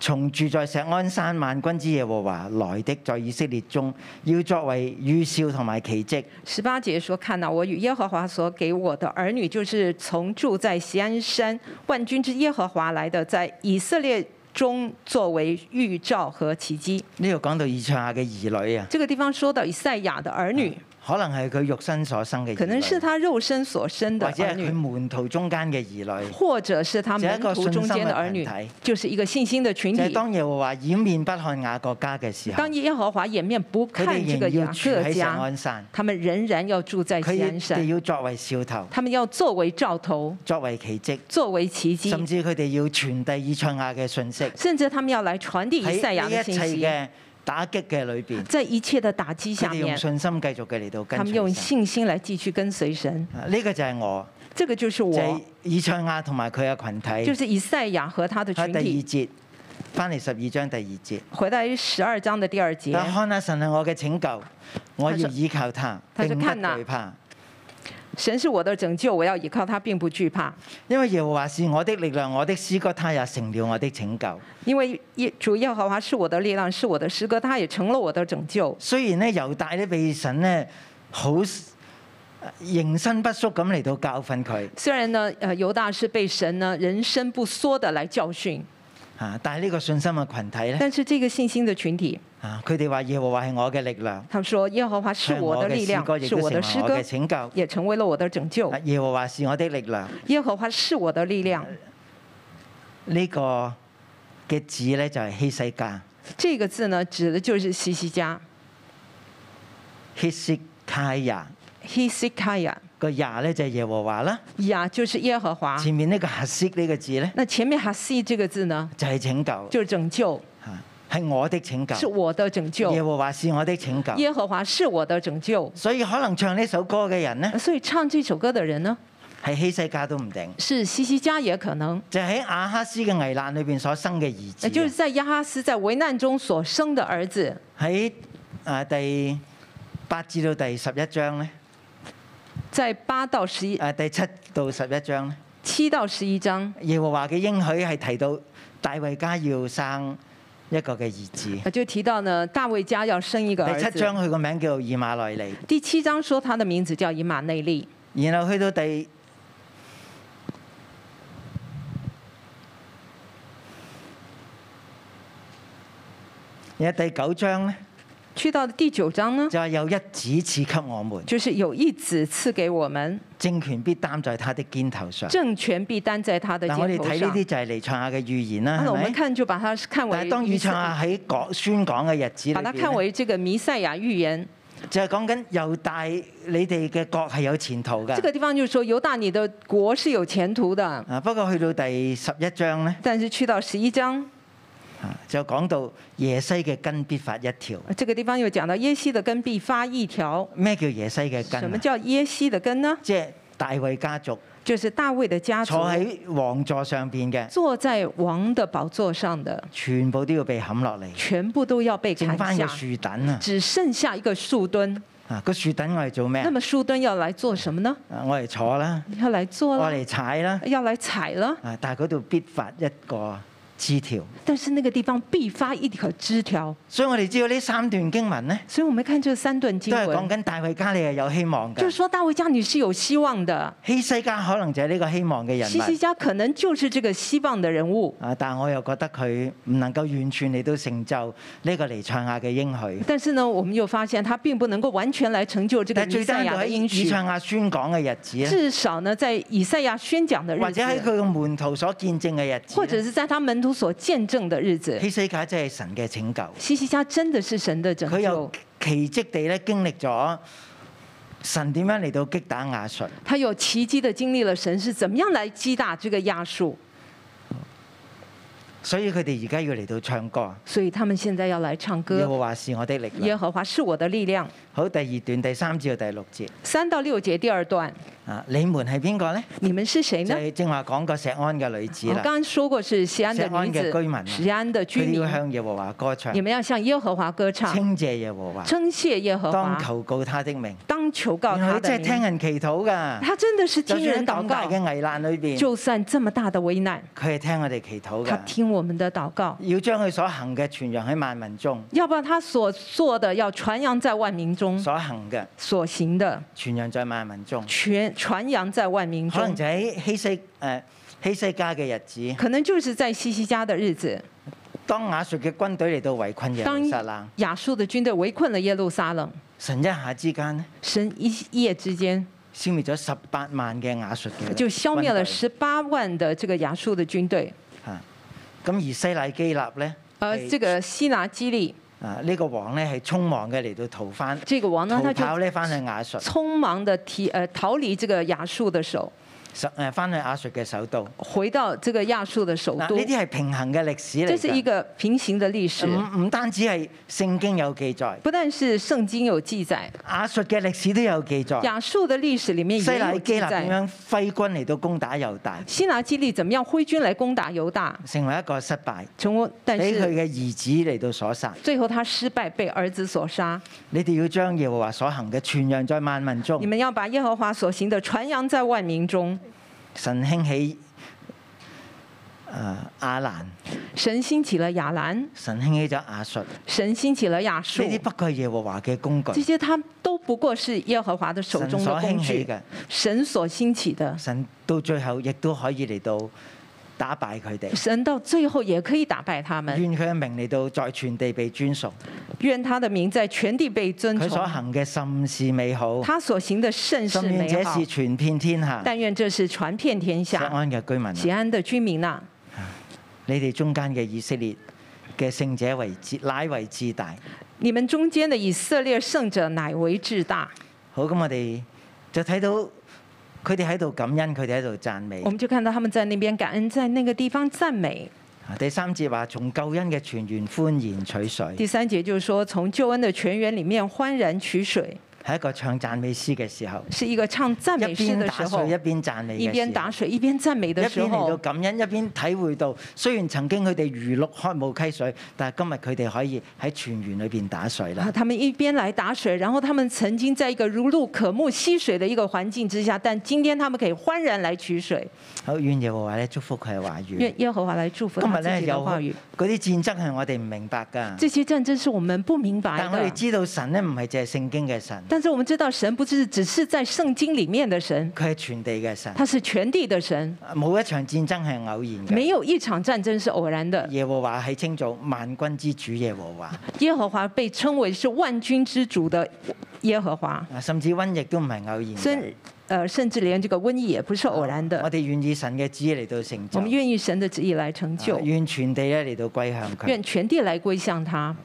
Speaker 2: 從住在錫安山萬軍之耶和華來的，在以色列中要作為預兆同埋奇蹟。
Speaker 3: 十八節說：“看到我與耶和華所給我的兒女，就是從住在錫安山萬軍之耶和华来的，在以色列中作为预兆和奇迹。
Speaker 2: 呢度講到以賽亞嘅兒女啊”，
Speaker 3: 这个地方说到以赛亚的儿女，
Speaker 2: 可能係佢肉身所生嘅兒女，
Speaker 3: 可能是他肉身所生的
Speaker 2: 或者
Speaker 3: 儿
Speaker 2: 係佢
Speaker 3: 女，
Speaker 2: 門徒中間嘅兒女。
Speaker 3: 或者是他
Speaker 2: 这一
Speaker 3: 门
Speaker 2: 个
Speaker 3: 徒
Speaker 2: 信
Speaker 3: 中
Speaker 2: 心
Speaker 3: 间
Speaker 2: 的
Speaker 3: 的儿
Speaker 2: 群
Speaker 3: 女
Speaker 2: 体，
Speaker 3: 就是一个信心的群
Speaker 2: 就係
Speaker 3: 体。
Speaker 2: 當耶和華掩面不看雅各家嘅時候
Speaker 3: 当，耶和華掩面不
Speaker 2: 佢
Speaker 3: 看
Speaker 2: 哋
Speaker 3: 这个
Speaker 2: 仍要
Speaker 3: 雅
Speaker 2: 住
Speaker 3: 各
Speaker 2: 喺錫
Speaker 3: 家，
Speaker 2: 安山，
Speaker 3: 他們仍然要住在西安
Speaker 2: 佢哋
Speaker 3: 山，
Speaker 2: 要作為兆頭，
Speaker 3: 他們要作為兆頭，
Speaker 2: 作為奇蹟，
Speaker 3: 作為奇
Speaker 2: 甚
Speaker 3: 蹟，
Speaker 2: 至佢哋要傳遞以賽亞嘅信息。
Speaker 3: 甚至他們要來傳遞以賽
Speaker 2: 喺
Speaker 3: 亞
Speaker 2: 呢
Speaker 3: 的
Speaker 2: 一
Speaker 3: 信息
Speaker 2: 切。嘅打擊嘅裏邊，
Speaker 3: 在一切的打
Speaker 2: 佢
Speaker 3: 擊下
Speaker 2: 哋用
Speaker 3: 面，
Speaker 2: 信心繼續嘅嚟到跟
Speaker 3: 他們用
Speaker 2: 隨神。
Speaker 3: 信心來繼續跟隨神。
Speaker 2: 啊呢個就係我，
Speaker 3: 這個就是
Speaker 2: 就係
Speaker 3: 我，
Speaker 2: 以賽亞同埋佢嘅群體
Speaker 3: 就。是以賽亞和他的
Speaker 2: 喺
Speaker 3: 群
Speaker 2: 第二
Speaker 3: 體。
Speaker 2: 節，翻嚟十二章第二節。
Speaker 3: 回到十二章的第二節，
Speaker 2: 但看那神係我嘅拯救，我要依靠他，
Speaker 3: 他
Speaker 2: 並
Speaker 3: 說
Speaker 2: 不
Speaker 3: 看啊哪
Speaker 2: 懼怕，
Speaker 3: 神是我的拯救，我要倚靠他，並不懼怕，
Speaker 2: 因為耶和華是我的力量，我的詩歌，他也成了我的拯救。
Speaker 3: 因為耶主耶和華是我的力量，是我的詩歌，他也成了我的拯救。
Speaker 2: 雖然咧猶大咧被神咧好形身不縮咁嚟到教訓佢
Speaker 3: 雖然呢，呃，猶大是被神呢人生不缩的來教訓，
Speaker 2: 啊，但係呢個信心嘅群體咧
Speaker 3: 但是這個信心的群體，
Speaker 2: 啊，佢哋話耶和華係我嘅力量，
Speaker 3: 他說耶和華是
Speaker 2: 佢係
Speaker 3: 我的力
Speaker 2: 詩
Speaker 3: 量
Speaker 2: 歌，亦
Speaker 3: 是
Speaker 2: 都
Speaker 3: 我
Speaker 2: 成為
Speaker 3: 的詩
Speaker 2: 我
Speaker 3: 歌
Speaker 2: 嘅，拯救。
Speaker 3: 也成為了我的拯救
Speaker 2: 啊。耶和華是我的力量，
Speaker 3: 耶和華是我的力量，
Speaker 2: 哎呢、個嘅字咧就係希西家。
Speaker 3: 这个字呢，指的就是西西家
Speaker 2: h e s i k a y a
Speaker 3: （Hezekiah），
Speaker 2: 個廿咧就係耶和華啦，
Speaker 3: 雅就是耶和華。
Speaker 2: 前面呢個 h s i k 呢個字咧
Speaker 3: 那前面 “hasi” 這個字呢，
Speaker 2: 就係拯救，
Speaker 3: 就是拯救，
Speaker 2: 嚇係我的拯
Speaker 3: 是
Speaker 2: 救，
Speaker 3: 我的拯
Speaker 2: 耶
Speaker 3: 救。
Speaker 2: 和華是我的拯救。
Speaker 3: 耶和華是我的拯救。
Speaker 2: 所以可能唱呢首歌嘅人呢，
Speaker 3: 所以唱這首歌的人呢，
Speaker 2: 係希西家都唔定，
Speaker 3: 是西西家，也可能，
Speaker 2: 就喺亞哈斯嘅危難裏邊所生嘅兒子
Speaker 3: 也就是
Speaker 2: 啊。
Speaker 3: 在亞哈斯在危難中所生的兒子。
Speaker 2: 喺啊第八至到第十一章咧，
Speaker 3: 在八到十一、
Speaker 2: 啊第七到十一章咧，
Speaker 3: 七到十一章，
Speaker 2: 耶和華嘅應許係提到大衛家要生一個嘅兒子。
Speaker 3: 呃就提到呢，大衛家要生一個
Speaker 2: 第
Speaker 3: 兒
Speaker 2: 七
Speaker 3: 子。
Speaker 2: 章佢個名叫做以馬內利。
Speaker 3: 第七章說他的名字叫以馬內利。
Speaker 2: 然後去到第然後第九章咧，
Speaker 3: 去到第九章呢，
Speaker 2: 就話有一子賜給我們，
Speaker 3: 就是有一子賜給我們，
Speaker 2: 政權必擔在他的肩頭上。
Speaker 3: 政權必擔在他的
Speaker 2: 嗱，我哋
Speaker 3: 肩頭
Speaker 2: 睇呢
Speaker 3: 上
Speaker 2: 啲。就係彌賽亞嘅預言啦，
Speaker 3: 那我們
Speaker 2: 係咪？
Speaker 3: 看就把它
Speaker 2: 但
Speaker 3: 看為
Speaker 2: 係當以
Speaker 3: 以
Speaker 2: 賽
Speaker 3: 賽
Speaker 2: 亞喺講宣講嘅日子裏
Speaker 3: 把它
Speaker 2: 邊
Speaker 3: 看
Speaker 2: 啊呢，
Speaker 3: 為這個弥賽亞預言。
Speaker 2: 就係講緊猶大你哋嘅國係有前途
Speaker 3: 這
Speaker 2: 㗎。
Speaker 3: 個地方就是說，猶大你的國是有前途的。
Speaker 2: 啊，不過去到第十一章咧，
Speaker 3: 但是去到十一章，
Speaker 2: 啊就講到耶西嘅根必發一條。
Speaker 3: 这个地方又講到耶西的根必發一條。
Speaker 2: 咩叫耶西嘅根
Speaker 3: 什麼
Speaker 2: 啊？
Speaker 3: 叫耶西的根呢？
Speaker 2: 即係大衛家族
Speaker 3: 就是大衛的家族
Speaker 2: 坐喺王座上邊嘅，
Speaker 3: 坐在王的寶座上的，
Speaker 2: 全部都要被冚落嚟，
Speaker 3: 全部都要被
Speaker 2: 剩
Speaker 3: 砍
Speaker 2: 翻個
Speaker 3: 下，
Speaker 2: 樹墩啊！
Speaker 3: 只剩下一個樹墩。
Speaker 2: 啊，個樹墩我嚟做咩
Speaker 3: 那
Speaker 2: 啊？
Speaker 3: 麼樹墩要來做什麼呢？
Speaker 2: 啊我嚟坐啦，
Speaker 3: 要來做
Speaker 2: 我
Speaker 3: 了，
Speaker 2: 嚟踩啦。
Speaker 3: 要來踩了。
Speaker 2: 啊，但係嗰度必發一個枝條。
Speaker 3: 但是那個地方必發一條枝條。
Speaker 2: 所以我哋知道呢三段經文呢，
Speaker 3: 所以我們看這三段
Speaker 2: 都
Speaker 3: 經
Speaker 2: 係講
Speaker 3: 文，
Speaker 2: 緊大衛家你係有希望
Speaker 3: 就是
Speaker 2: 嘅。
Speaker 3: 說大衛家你是有希望的，
Speaker 2: 希西家可能就係呢個希望嘅人
Speaker 3: 西西
Speaker 2: 物。
Speaker 3: 家可能就是這個希望的人物。
Speaker 2: 啊！但我又覺得佢唔能夠完全嚟到成就呢個尼賽亞嘅應許。
Speaker 3: 但是呢，我們又發現他並不能夠完全來成就這個
Speaker 2: 但係
Speaker 3: 以
Speaker 2: 最
Speaker 3: 賽
Speaker 2: 單
Speaker 3: 亞
Speaker 2: 獨
Speaker 3: 的
Speaker 2: 喺
Speaker 3: 應
Speaker 2: 以
Speaker 3: 許
Speaker 2: 賽。亞宣講嘅日子咧。啊
Speaker 3: 至少呢，在以賽亞宣講的
Speaker 2: 或
Speaker 3: 日
Speaker 2: 者喺佢
Speaker 3: 子，
Speaker 2: 嘅門徒所見證嘅日子
Speaker 3: 或者
Speaker 2: 咧，
Speaker 3: 是在他門徒所見證的日子，
Speaker 2: 希西家真係神嘅拯救，
Speaker 3: 西西家真的是神的拯
Speaker 2: 佢
Speaker 3: 救
Speaker 2: 又。奇蹟地咧經歷咗神點樣嚟到擊打亞述。
Speaker 3: 他有奇蹟的經歷了神是怎麼樣來擊打這個亞述，
Speaker 2: 所以佢哋而家要嚟到唱歌。
Speaker 3: 所以他們現在要來唱
Speaker 2: 耶
Speaker 3: 歌。
Speaker 2: 和華是我的力
Speaker 3: 耶
Speaker 2: 量。
Speaker 3: 和華是我的力量。
Speaker 2: 好，第二段第三至到第六節
Speaker 3: 三到六節第二段，
Speaker 2: 啊，你們係邊個呢？
Speaker 3: 你們是誰
Speaker 2: 就
Speaker 3: 呢？
Speaker 2: 係正話講過錫安嘅女子
Speaker 3: 我
Speaker 2: 啦
Speaker 3: 剛，剛說過是西安的女
Speaker 2: 錫安嘅居民
Speaker 3: 子
Speaker 2: 啊，
Speaker 3: 西安的
Speaker 2: 佢
Speaker 3: 居
Speaker 2: 哋
Speaker 3: 民
Speaker 2: 要，向耶和華歌唱
Speaker 3: 你，們要向耶和華歌唱，
Speaker 2: 稱謝耶和華，
Speaker 3: 稱謝耶和
Speaker 2: 當
Speaker 3: 華，
Speaker 2: 求告他的名。
Speaker 3: 當求告
Speaker 2: 原來
Speaker 3: 他
Speaker 2: 佢
Speaker 3: 的
Speaker 2: 真係聽
Speaker 3: 名。
Speaker 2: 人祈禱㗎，
Speaker 3: 他真的是
Speaker 2: 就
Speaker 3: 聽
Speaker 2: 算喺
Speaker 3: 人禱
Speaker 2: 咁大
Speaker 3: 告，
Speaker 2: 嘅危難裏邊，
Speaker 3: 就算這麼大的危難，
Speaker 2: 佢係聽我哋祈禱
Speaker 3: 他
Speaker 2: 㗎。
Speaker 3: 聽我們的禱告。
Speaker 2: 要將佢所行嘅傳揚喺萬民中，
Speaker 3: 要不然他所做的要傳揚在萬民中，
Speaker 2: 所行嘅
Speaker 3: 所行的
Speaker 2: 傳揚在萬民中，
Speaker 3: 嗯全傳揚在萬民
Speaker 2: 可能
Speaker 3: 中
Speaker 2: 就，呃喺希西誒希西家嘅日子，
Speaker 3: 可能就是在西西家的日子，
Speaker 2: 當亞述嘅軍隊嚟到圍困耶
Speaker 3: 當
Speaker 2: 路撒冷，
Speaker 3: 亞述的軍隊圍困了耶路撒冷，
Speaker 2: 神一下之間咧
Speaker 3: 神一夜之間
Speaker 2: 消滅咗十八萬嘅亞述嘅軍隊，
Speaker 3: 就消滅了十八萬的這個亞述的軍隊。
Speaker 2: 嚇。啊咁而西乃基立咧，
Speaker 3: 而
Speaker 2: 係
Speaker 3: 這個希拿基利
Speaker 2: 啊呢個王咧係匆忙嘅嚟到逃翻，
Speaker 3: 這個王呢，他
Speaker 2: 逃
Speaker 3: 就
Speaker 2: 跑咧翻去亞述，
Speaker 3: 匆忙的提呃逃離這個亞述的手，
Speaker 2: 首誒翻呃去亞述嘅首都。
Speaker 3: 回到這個亞述的首
Speaker 2: 嗱，呢
Speaker 3: 都。
Speaker 2: 啲係平衡嘅歷史嚟
Speaker 3: 這是一
Speaker 2: 㗎。
Speaker 3: 個平行的歷史，
Speaker 2: 唔唔單止係聖經有記載，
Speaker 3: 不但是聖經有記載，
Speaker 2: 亞述嘅歷史都有記載。
Speaker 3: 亞述的歷史裡面
Speaker 2: 西
Speaker 3: 也
Speaker 2: 乃
Speaker 3: 有
Speaker 2: 基
Speaker 3: 記
Speaker 2: 立點
Speaker 3: 載。
Speaker 2: 樣揮軍嚟到攻打猶大，
Speaker 3: 希拿基利怎麼樣揮軍來攻打猶大，
Speaker 2: 成為一個失敗，
Speaker 3: 成功，但
Speaker 2: 俾佢
Speaker 3: 是
Speaker 2: 嘅兒子嚟到所殺。
Speaker 3: 最後他失敗，被兒子所殺。
Speaker 2: 你哋要將耶和華所行嘅傳揚在萬民中
Speaker 3: 你。們要把耶和華所行的傳揚在萬民中。
Speaker 2: 神興起誒亞蘭，
Speaker 3: 神興起了亞蘭，
Speaker 2: 神興起咗亞述，呢
Speaker 3: 神興起了亞述，
Speaker 2: 啲不過係耶和華嘅工
Speaker 3: 這
Speaker 2: 具，
Speaker 3: 些他都不過是耶和華的手
Speaker 2: 神
Speaker 3: 中的
Speaker 2: 所
Speaker 3: 工
Speaker 2: 興起
Speaker 3: 具。
Speaker 2: 嘅，
Speaker 3: 神所興起的，
Speaker 2: 神到最後亦都可以嚟到打敗佢哋。
Speaker 3: 神到最後也可以打敗他們。
Speaker 2: 願佢嘅名嚟到在全地被尊崇，
Speaker 3: 愿他的名在全地被尊
Speaker 2: 佢所
Speaker 3: 崇。
Speaker 2: 行嘅甚是美好，
Speaker 3: 他所行的甚是
Speaker 2: 甚願
Speaker 3: 美
Speaker 2: 這
Speaker 3: 好
Speaker 2: 是，全遍天下
Speaker 3: 但愿这是传遍天
Speaker 2: 錫
Speaker 3: 下。
Speaker 2: 安嘅居民啊。
Speaker 3: 吉安的居民呐、
Speaker 2: 你哋中間嘅以色列嘅聖者為至，乃為至大。
Speaker 3: 你们中间的以色列圣者乃为至大。
Speaker 2: 好，咁我哋就睇到佢哋喺度感恩，佢哋喺度讚美
Speaker 3: 我。们就看到他们在那边感恩，在那个地方赞美。
Speaker 2: 啊第三節話從救恩嘅泉源歡然取水，
Speaker 3: 第三节就是说，从救恩的泉源里面欢然取水，
Speaker 2: 係一個唱讚美詩嘅時候，
Speaker 3: 是一个唱赞
Speaker 2: 一
Speaker 3: 美诗
Speaker 2: 邊
Speaker 3: 的
Speaker 2: 打
Speaker 3: 时
Speaker 2: 水
Speaker 3: 候
Speaker 2: 一，邊讚美
Speaker 3: 一
Speaker 2: 嘅
Speaker 3: 边
Speaker 2: 時候
Speaker 3: 打。水一边赞美
Speaker 2: 一
Speaker 3: 的时
Speaker 2: 邊嚟到
Speaker 3: 候，
Speaker 2: 感恩，一邊體會到，雖然曾經佢哋如鹿渴慕溪水，但係今日佢哋可以喺泉源裏邊打水
Speaker 3: 啊，
Speaker 2: 啦。
Speaker 3: 他们一边来打水，然后他们曾经在一个如露可沐溪水的一个环境之下，但今天他们可以欢然来取水。
Speaker 2: 好，願耶和華咧祝福佢嘅話語
Speaker 3: 愿。耶和华来祝福
Speaker 2: 今
Speaker 3: 他
Speaker 2: 日
Speaker 3: 自
Speaker 2: 咧
Speaker 3: 己
Speaker 2: 有
Speaker 3: 的话
Speaker 2: 嗰
Speaker 3: 语。
Speaker 2: 啲戰爭係我哋唔明白㗎。
Speaker 3: 这些战争是我们不明白
Speaker 2: 但我哋
Speaker 3: 的，
Speaker 2: 知道神咧唔係淨係聖經嘅神，
Speaker 3: 但是我们知道神不是只是在圣经里面的神，
Speaker 2: 佢係全地嘅神，
Speaker 3: 他是全地的神，
Speaker 2: 冇一場戰爭係偶然
Speaker 3: 没
Speaker 2: 嘅。
Speaker 3: 有一场战争是偶然的。
Speaker 2: 耶和華係稱做萬軍之主耶和華，
Speaker 3: 耶和华被称为是万军之主的耶和华，
Speaker 2: 啊甚至瘟疫都唔係偶然嘅。
Speaker 3: 甚呃甚至连这个瘟疫也不是偶然
Speaker 2: 嗯我
Speaker 3: 的。
Speaker 2: 哋願意神嘅旨意嚟到成
Speaker 3: 我
Speaker 2: 就
Speaker 3: 们，愿意神的旨意来成就
Speaker 2: 啊，願全地咧嚟到歸向佢
Speaker 3: 愿。全地来归向他。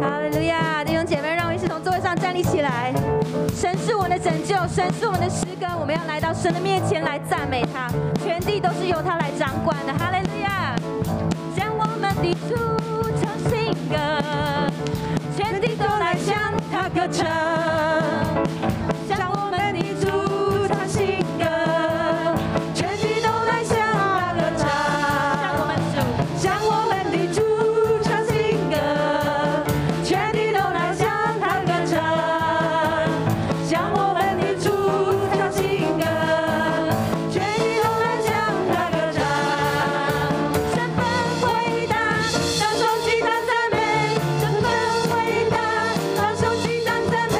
Speaker 4: 哈利路亚！弟兄姐妹，让我一起从座位上站立起来。神是我们的拯救，神是我们的诗歌，我们要来到神的面前来赞美他。全地都是由他来掌管的，哈利路亚！将我们的主唱新歌，全地都来向他歌唱。将我们的主唱新歌，全地都来向他歌唱。向我们主。向我们的主唱新歌，全地都来向他歌唱。向我们的主唱新歌，全地都来向他歌唱。身份伟大，当手举当赞美；身份伟大，当手举当赞美。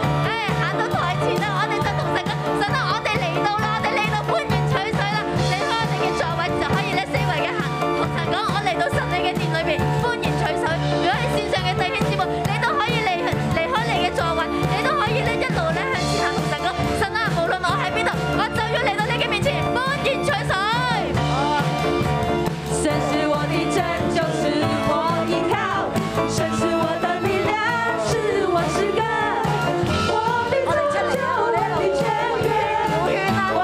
Speaker 4: 全啊！我哋就同神講，神啊，我哋嚟到啦，我哋嚟到歡迎取水啦！你開我哋嘅座位就可以咧四圍嘅行，同神講我嚟到神你嘅殿裏邊歡迎取水。如果係線上嘅弟兄姊妹，你都可以離離開你嘅座位，你都可以咧一路咧向前行，同神講，神啊，無論我喺邊度，我就要嚟到你嘅面前歡迎取水。神是我的拯救，是我依靠；神是我的力量，是我诗歌。我的拯救，我的泉源，焕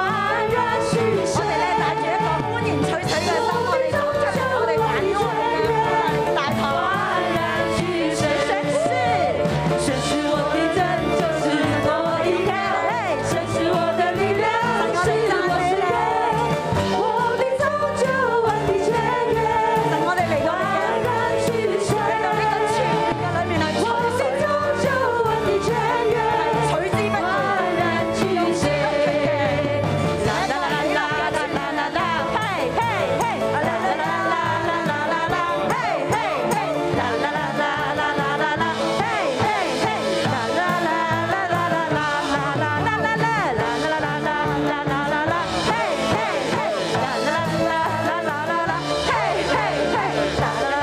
Speaker 4: 然旭升。我哋咧帶住一個歡迎取水嘅心，我哋衝出嚟，我哋玩我哋嘅大堂。焕然旭升，神是，神是我的拯救，是我依靠；神是我的力量，是我诗歌。我的造就，我的泉源，我哋嚟到呢個泉嘅裏面去取水。我的造就，我的泉源，取之不竭。啦啦啦啦啦啦啦啦，嘿嘿嘿，啦啦啦啦啦啦啦啦，嘿嘿嘿，啦啦啦啦啦啦啦啦，嘿嘿嘿，啦啦啦啦啦啦啦啦啦啦啦，啦啦啦啦啦啦啦啦，嘿嘿嘿，啦啦啦啦啦啦啦，嘿嘿嘿，啦啦啦啦啦啦啦啦，嘿嘿嘿，啦啦啦啦啦啦啦啦啦啦，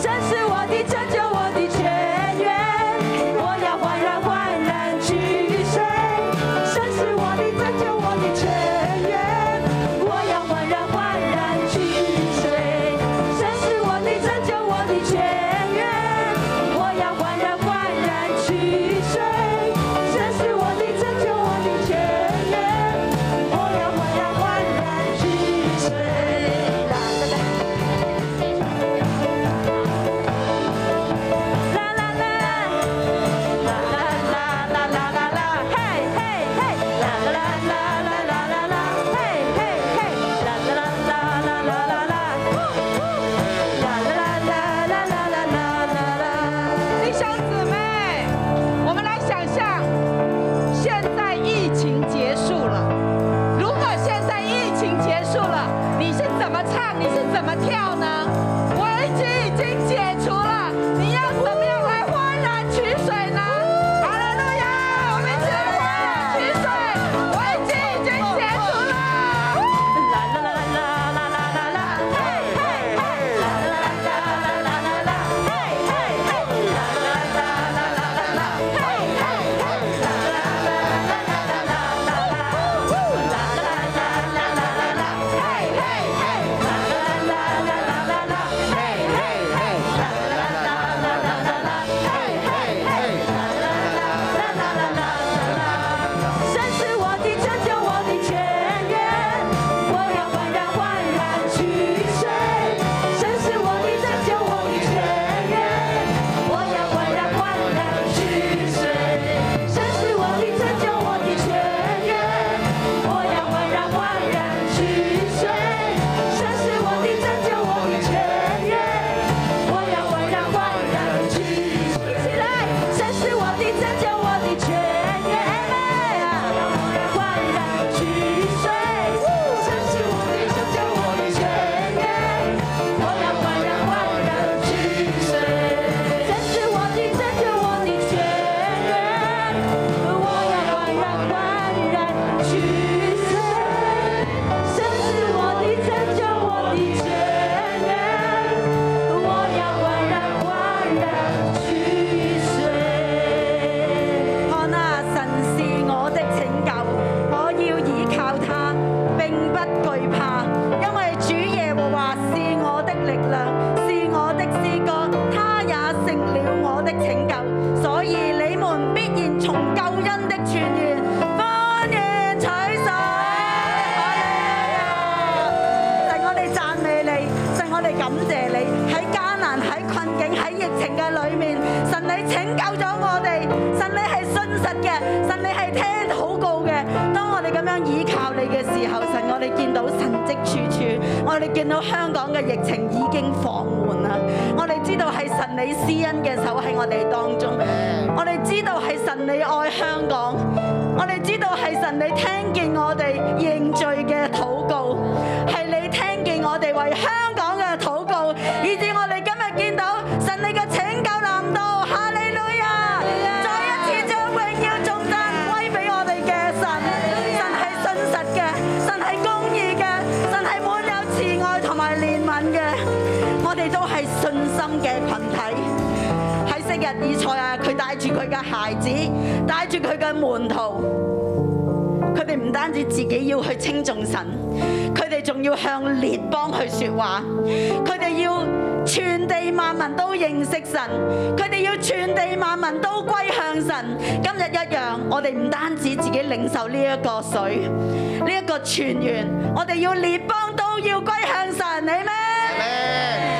Speaker 4: 神是我的拯救，我的泉源，我要焕然焕然去水，神是我的拯救，我的泉源，我要焕然焕然去水。神是我的拯救，我的泉源，我要焕然焕然去水。神是我的拯救，我的泉源，我要焕然焕然去水。啦啦啦啦啦啦啦啦啦啦，嘿嘿嘿，啦啦啦啦啦啦啦，嘿嘿嘿，啦啦啦啦啦啦啦啦。啦啦啦啦啦啦啦啦啦！
Speaker 5: 弟兄姊妹，我们来想象，现在疫情结束了，如果现在疫情结束了，你是怎么唱，你是怎么跳呢？危机已经解除了，你要怎么样来欢然取水呢？哈利路亚！我们一起来欢然取水，危机已经解除了。
Speaker 4: 神是我的拯救，我的泉源，我要焕然焕然去水。神是我的拯救，我的泉源，我要焕然焕然去水。神是我的拯救，我的泉源，我要焕然焕然去水。神是我的拯救，我的泉源，我要焕然焕然去水。一起来，神是我的拯救，我的泉源。焕然去水，神是我的拯救，我的泉源，我要焕然焕然去水。神是我的拯救，我的泉源，我要焕然焕然去水。神是我的拯救，我的泉源，我要焕然焕然去水。
Speaker 6: 看啊，神是我的拯救，我要倚靠他，並不懼怕，因為主耶和華是我的力量，是我的詩歌，他也成了我的拯救，所以你們必然從救恩的泉源歡迎取水。神，我哋讚美你，神，我哋感謝你喺艱難、喺困境、喺疫情嘅裏面，神你拯救咗我哋，神你係信實嘅，神你係聽禱告嘅。當我哋咁樣倚靠你嘅時候，神，我哋見到神跡處處，我哋見到香港嘅疫情已經放緩啦。我哋知道係神你施恩嘅手喺我哋當中，我哋知道係神你愛香港，我哋知道係神你聽見我哋認罪嘅禱告，係你聽見我哋為香港嘅禱告，以至我哋今日見到神你心嘅群體。喺昔日以賽亞，佢帶住佢嘅孩子，帶住佢嘅門徒。佢哋唔單止自己要去稱頌神，佢哋仲要向列邦去説話，佢哋要全地萬民都認識神，佢哋要全地萬民都歸向神。今日一樣，我哋唔單止自己領受呢一個水，呢、一個泉源，我哋要列邦都要歸向神，你咩？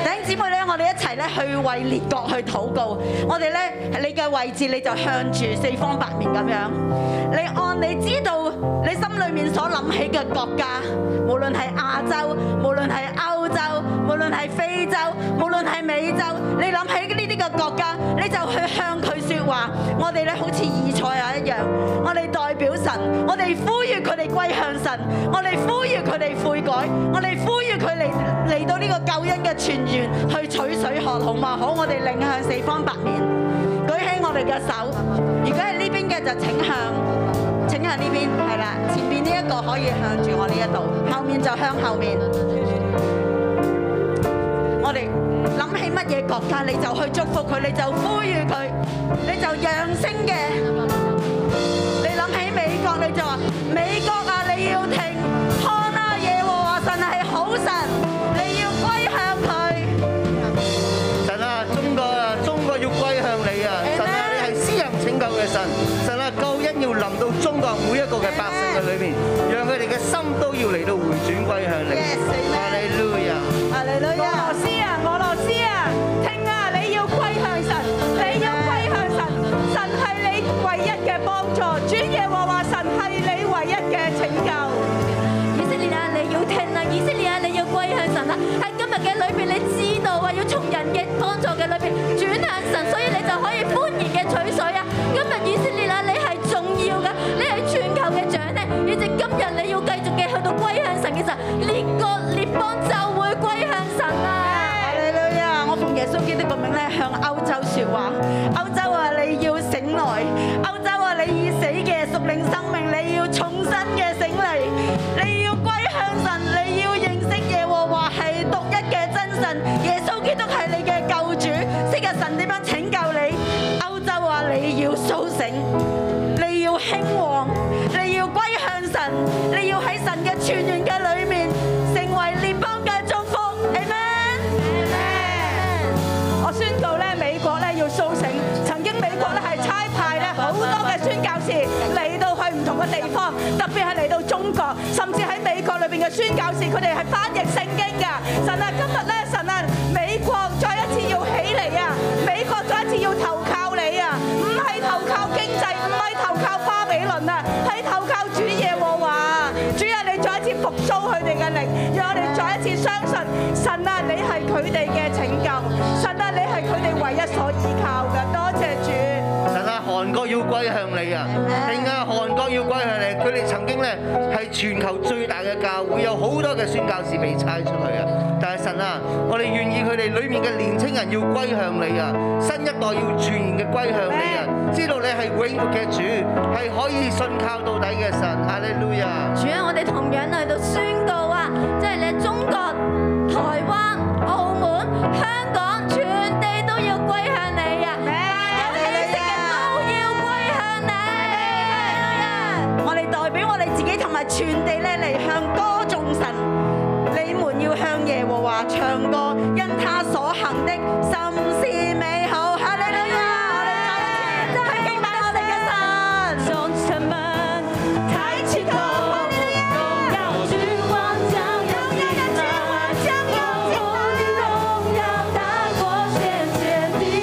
Speaker 6: 弟兄姊妹咧，我哋一齊咧去為列國去禱告。我哋咧，你嘅位置你就向住四方八面咁樣，你按你知道你心裏面所諗起嘅國家，無論係亞洲，無論係歐洲，無論係非洲，無論係美洲，你諗起呢啲嘅國家，你就去向佢説話。我哋咧好似以賽亞一樣，我哋代表神，我哋呼籲佢哋歸向神，我哋呼籲佢哋悔改，我哋呼籲佢嚟嚟到呢個救恩嘅泉源去取水喝，好嘛？好，我哋領向四方八面，舉起我哋嘅手。如果係呢邊嘅就請向，請向呢邊，係啦，前邊呢一個可以向住我呢一度，後面就向後面。我哋諗起乜嘢國家，你就去祝福佢，你就呼籲佢，你就揚聲嘅。你諗起美國，你就話美國啊，你要聽，看啊耶和華神係好神，你要歸向佢。
Speaker 7: 神啊，中國啊，中國要歸向你啊！神啊，你係施行拯救嘅神，神啊，救恩要臨到中國每一個嘅百姓嘅裏面，讓佢哋嘅心都要嚟到回轉歸向你。
Speaker 6: Yes, amen.
Speaker 7: 哈利路亞！
Speaker 6: 啊，你女
Speaker 4: 俄羅
Speaker 6: 啊，
Speaker 4: 斯啊，俄羅斯啊，聽啊，你要歸向神，你要歸向神，神係你唯一嘅幫助，主耶和華神係你唯一嘅拯救。
Speaker 8: 以色列啊，你要聽啦！以色列啊，你要歸向神啦！喺今日嘅裏邊，你知道啊，要從人嘅幫助嘅裏邊轉向神，所以你就可以歡然嘅取水啊！今日以色列啊，你係重要嘅，你係全球嘅長呢。以至今日你要繼續嘅去到歸向神嘅時候，列國列邦就會歸向神啊！
Speaker 6: 啊，你女啊，我奉耶穌基督嘅名咧向歐洲説話，歐洲啊，你要醒來，歐洲啊，你已死嘅屬靈生命，你要重新嘅醒嚟，你要歸向神，你要認識耶和華係獨一嘅真神，耶穌基督係你嘅救主，昔日神點樣拯救你，歐洲啊，你要甦醒。你要興旺，你要歸向神，你要喺神嘅全源嘅裏面，成為列邦嘅祝福，amen。
Speaker 4: 我宣告咧，美國咧要甦醒。曾經美國咧係差派咧 好多嘅宣教士嚟到去唔同嘅地方，特別係嚟到中國，甚至喺美國裏邊嘅宣教士，佢哋係翻譯聖經㗎。神啊，今日咧，神啊，美國再一次要起嚟啊！美國再一次要投靠你啊！唔係投靠經濟，唔係投靠巴比倫啊，係投靠主耶和華啊。主啊，你再一次復甦佢哋嘅力，讓我哋再一次相信神啊，你係佢哋嘅拯救，神啊，你係佢哋唯一所依靠嘅。多謝主。
Speaker 7: 神啊，韓國要歸向你啊！定啊，韓國要歸向你。佢哋曾經咧係全球最大嘅教會，有好多嘅宣教士被差出去啊！但係神啊，我哋願意佢哋裏面嘅年青人要歸向你啊！新一代要全然嘅歸向你啊！知道你係永活嘅主，係可以信靠到底嘅神。哈利路亞！
Speaker 8: 主啊，我哋同樣嚟到宣告啊，即係你喺中國、台灣、澳門、香港，全地都要歸向你啊！
Speaker 6: 哎
Speaker 8: 凡有氣息嘅都要歸向你。
Speaker 6: 我哋代表我哋自己同埋全地咧嚟向歌頌神。你們要向耶和華唱歌，因他所行的甚是美好。哈利路亞！我哋再一次去敬拜我哋嘅神。
Speaker 8: 眾神們，抬起頭，榮耀之光將要降臨，我們的榮耀大過現在。
Speaker 4: 啊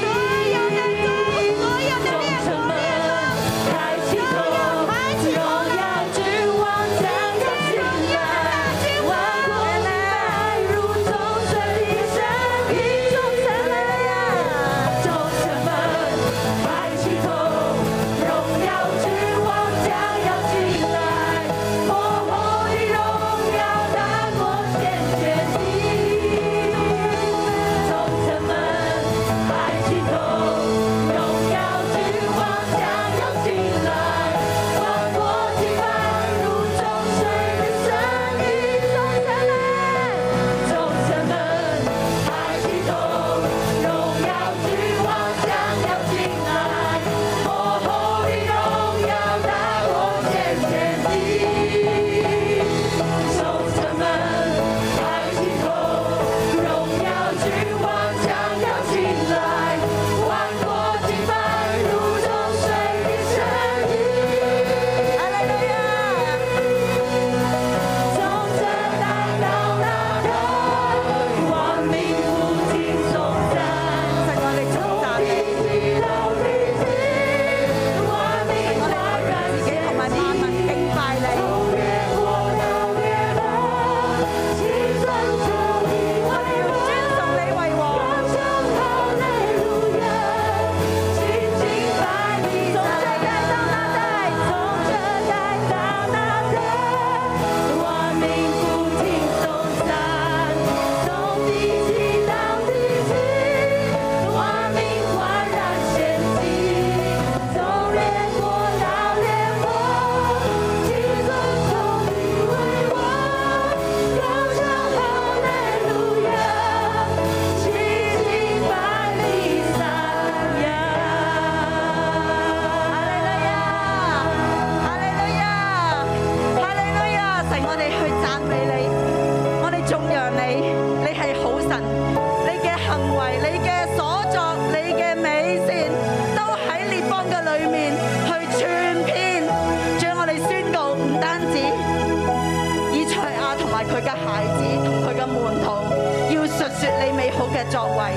Speaker 6: 作為。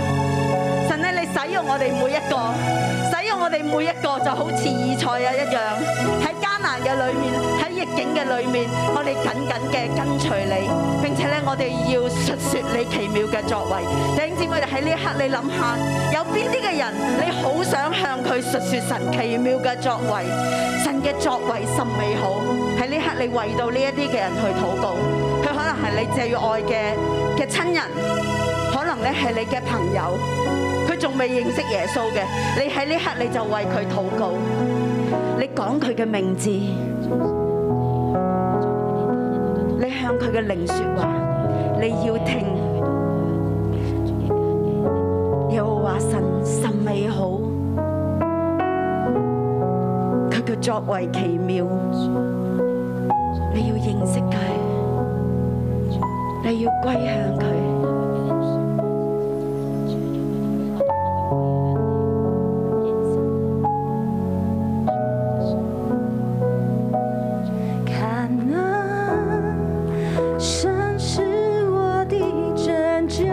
Speaker 6: 神咧，你使用我哋每一個，使用我哋每一個就好似以賽啊一樣，喺艱難嘅裏面，喺逆境嘅裏面，我哋緊緊嘅跟隨你，並且咧我哋要述說你奇妙嘅作為。弟兄姊妹喺呢一刻，你諗下有邊啲嘅人，你好想向佢述說神奇妙嘅作為，神嘅作為甚美好。喺呢一刻，你為到呢一啲嘅人去禱告，佢可能係你最愛嘅嘅親人。可能咧係你嘅朋友，佢仲未認識耶穌嘅，你喺呢刻你就為佢禱告，你講佢嘅名字，你向佢嘅靈說話，你要聽。又話神甚美好，佢嘅作為奇妙，你要認識佢，你要歸向佢。
Speaker 4: 看啊，神是我的拯救，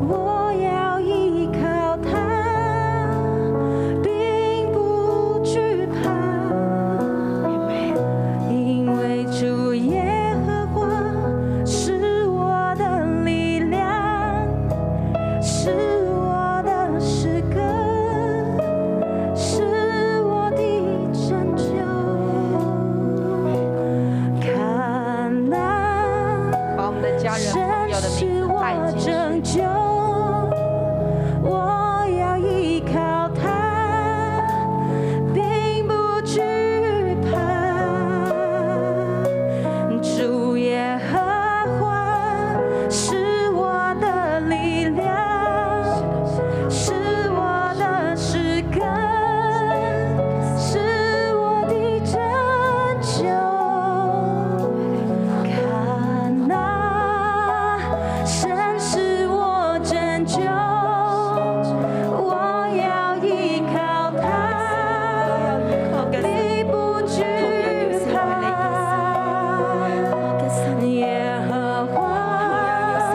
Speaker 4: 我要依靠他，并不惧怕，因为主耶和华是我的力量，是我的诗歌。是我的拯救，看那
Speaker 5: 把我们的家人、朋
Speaker 4: 神
Speaker 5: 友的
Speaker 4: 是
Speaker 5: 名字
Speaker 4: 我
Speaker 5: 带进去。
Speaker 4: 拯救，我要依靠他，并不惧怕。主耶和华是我的力量。是我的诗歌，是我的拯救。看啊，神是我拯救，我要依靠他，必不惧怕。耶和华。是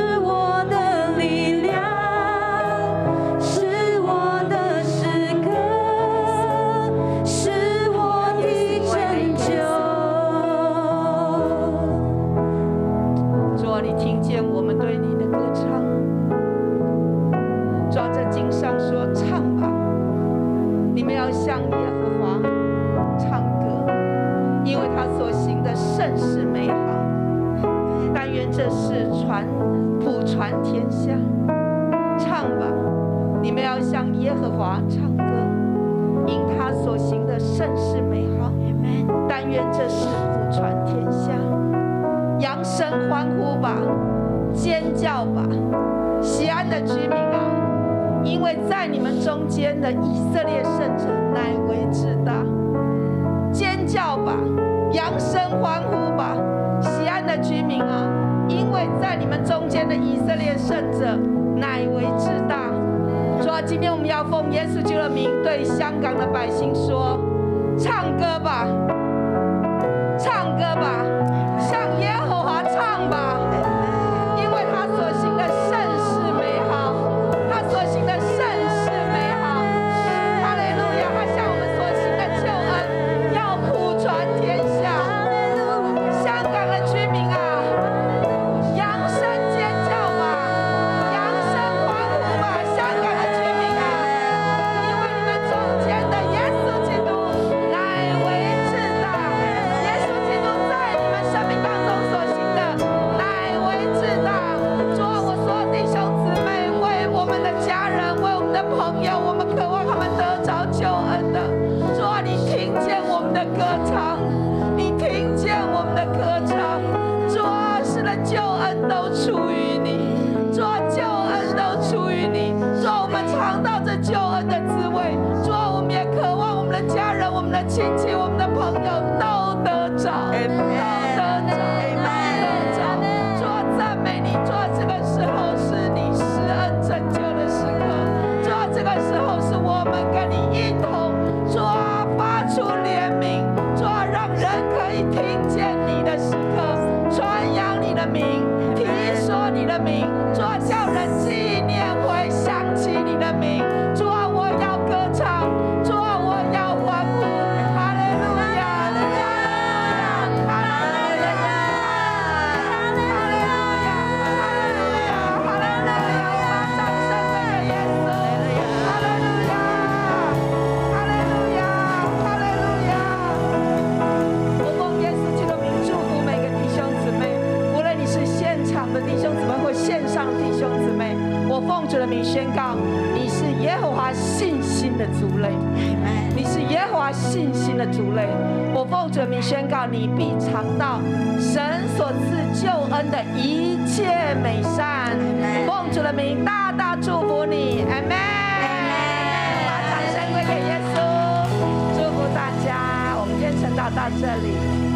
Speaker 4: 我的力量，是我的诗歌，是我的拯救。
Speaker 5: 主啊，你听见我们对你的歌唱。主啊，在经上说唱吧，你们要向耶和华唱歌，因为他所行的甚是美好。但愿这事传普传天下。唱吧，你们要向耶和华唱歌，因他所行的甚是美好。但愿这事普传天下。扬声欢呼吧，尖叫吧，西安的居民啊！因为在你们中间的以色列圣者乃为至大，尖叫吧，扬声欢呼吧，西安的居民啊！因为在你们中间的以色列圣者乃为至大。主啊，今天我们要奉耶稣基督的名对香港的百姓说：唱歌吧，唱歌吧，向耶和华唱吧，因为他所行的甚是美好，他所行的甚是美好。哈利路亚！他向我们所行的救恩要普传天下。香港的居民啊，扬声尖叫吧，扬声欢呼吧，香港的居民啊，因为你们中间的耶稣基督乃为至大，耶稣基督在你们生命当中所行的乃为至大。主啊，我所有弟兄姊妹，为我们的家人，为我们的朋友，我们渴望他们得着救恩的。主啊，你听见我们的歌唱，你听见我们的歌唱。主啊，是的，救恩都出于你，主啊，救恩都出于你。主啊，我们尝到这救恩的滋味。主啊，我们也渴望我们的家人、我们的亲戚、我们的朋友都得着，都得着，都得着。主啊，赞美你！主啊，这个时候是你施恩拯救的时刻。主啊，这个时候是我们跟你一同，主啊，发出怜悯，主啊，让人可以听见你的时刻，传扬你的名，提说你的名，名宣告，你是耶和华信心的族类。你是耶和华信心的族类。我奉主名宣告，你必尝到神所赐救恩的一切美善。奉主的名大大祝福你，阿门。把掌声归给耶稣，祝福大家。我们今天晨祷到这里。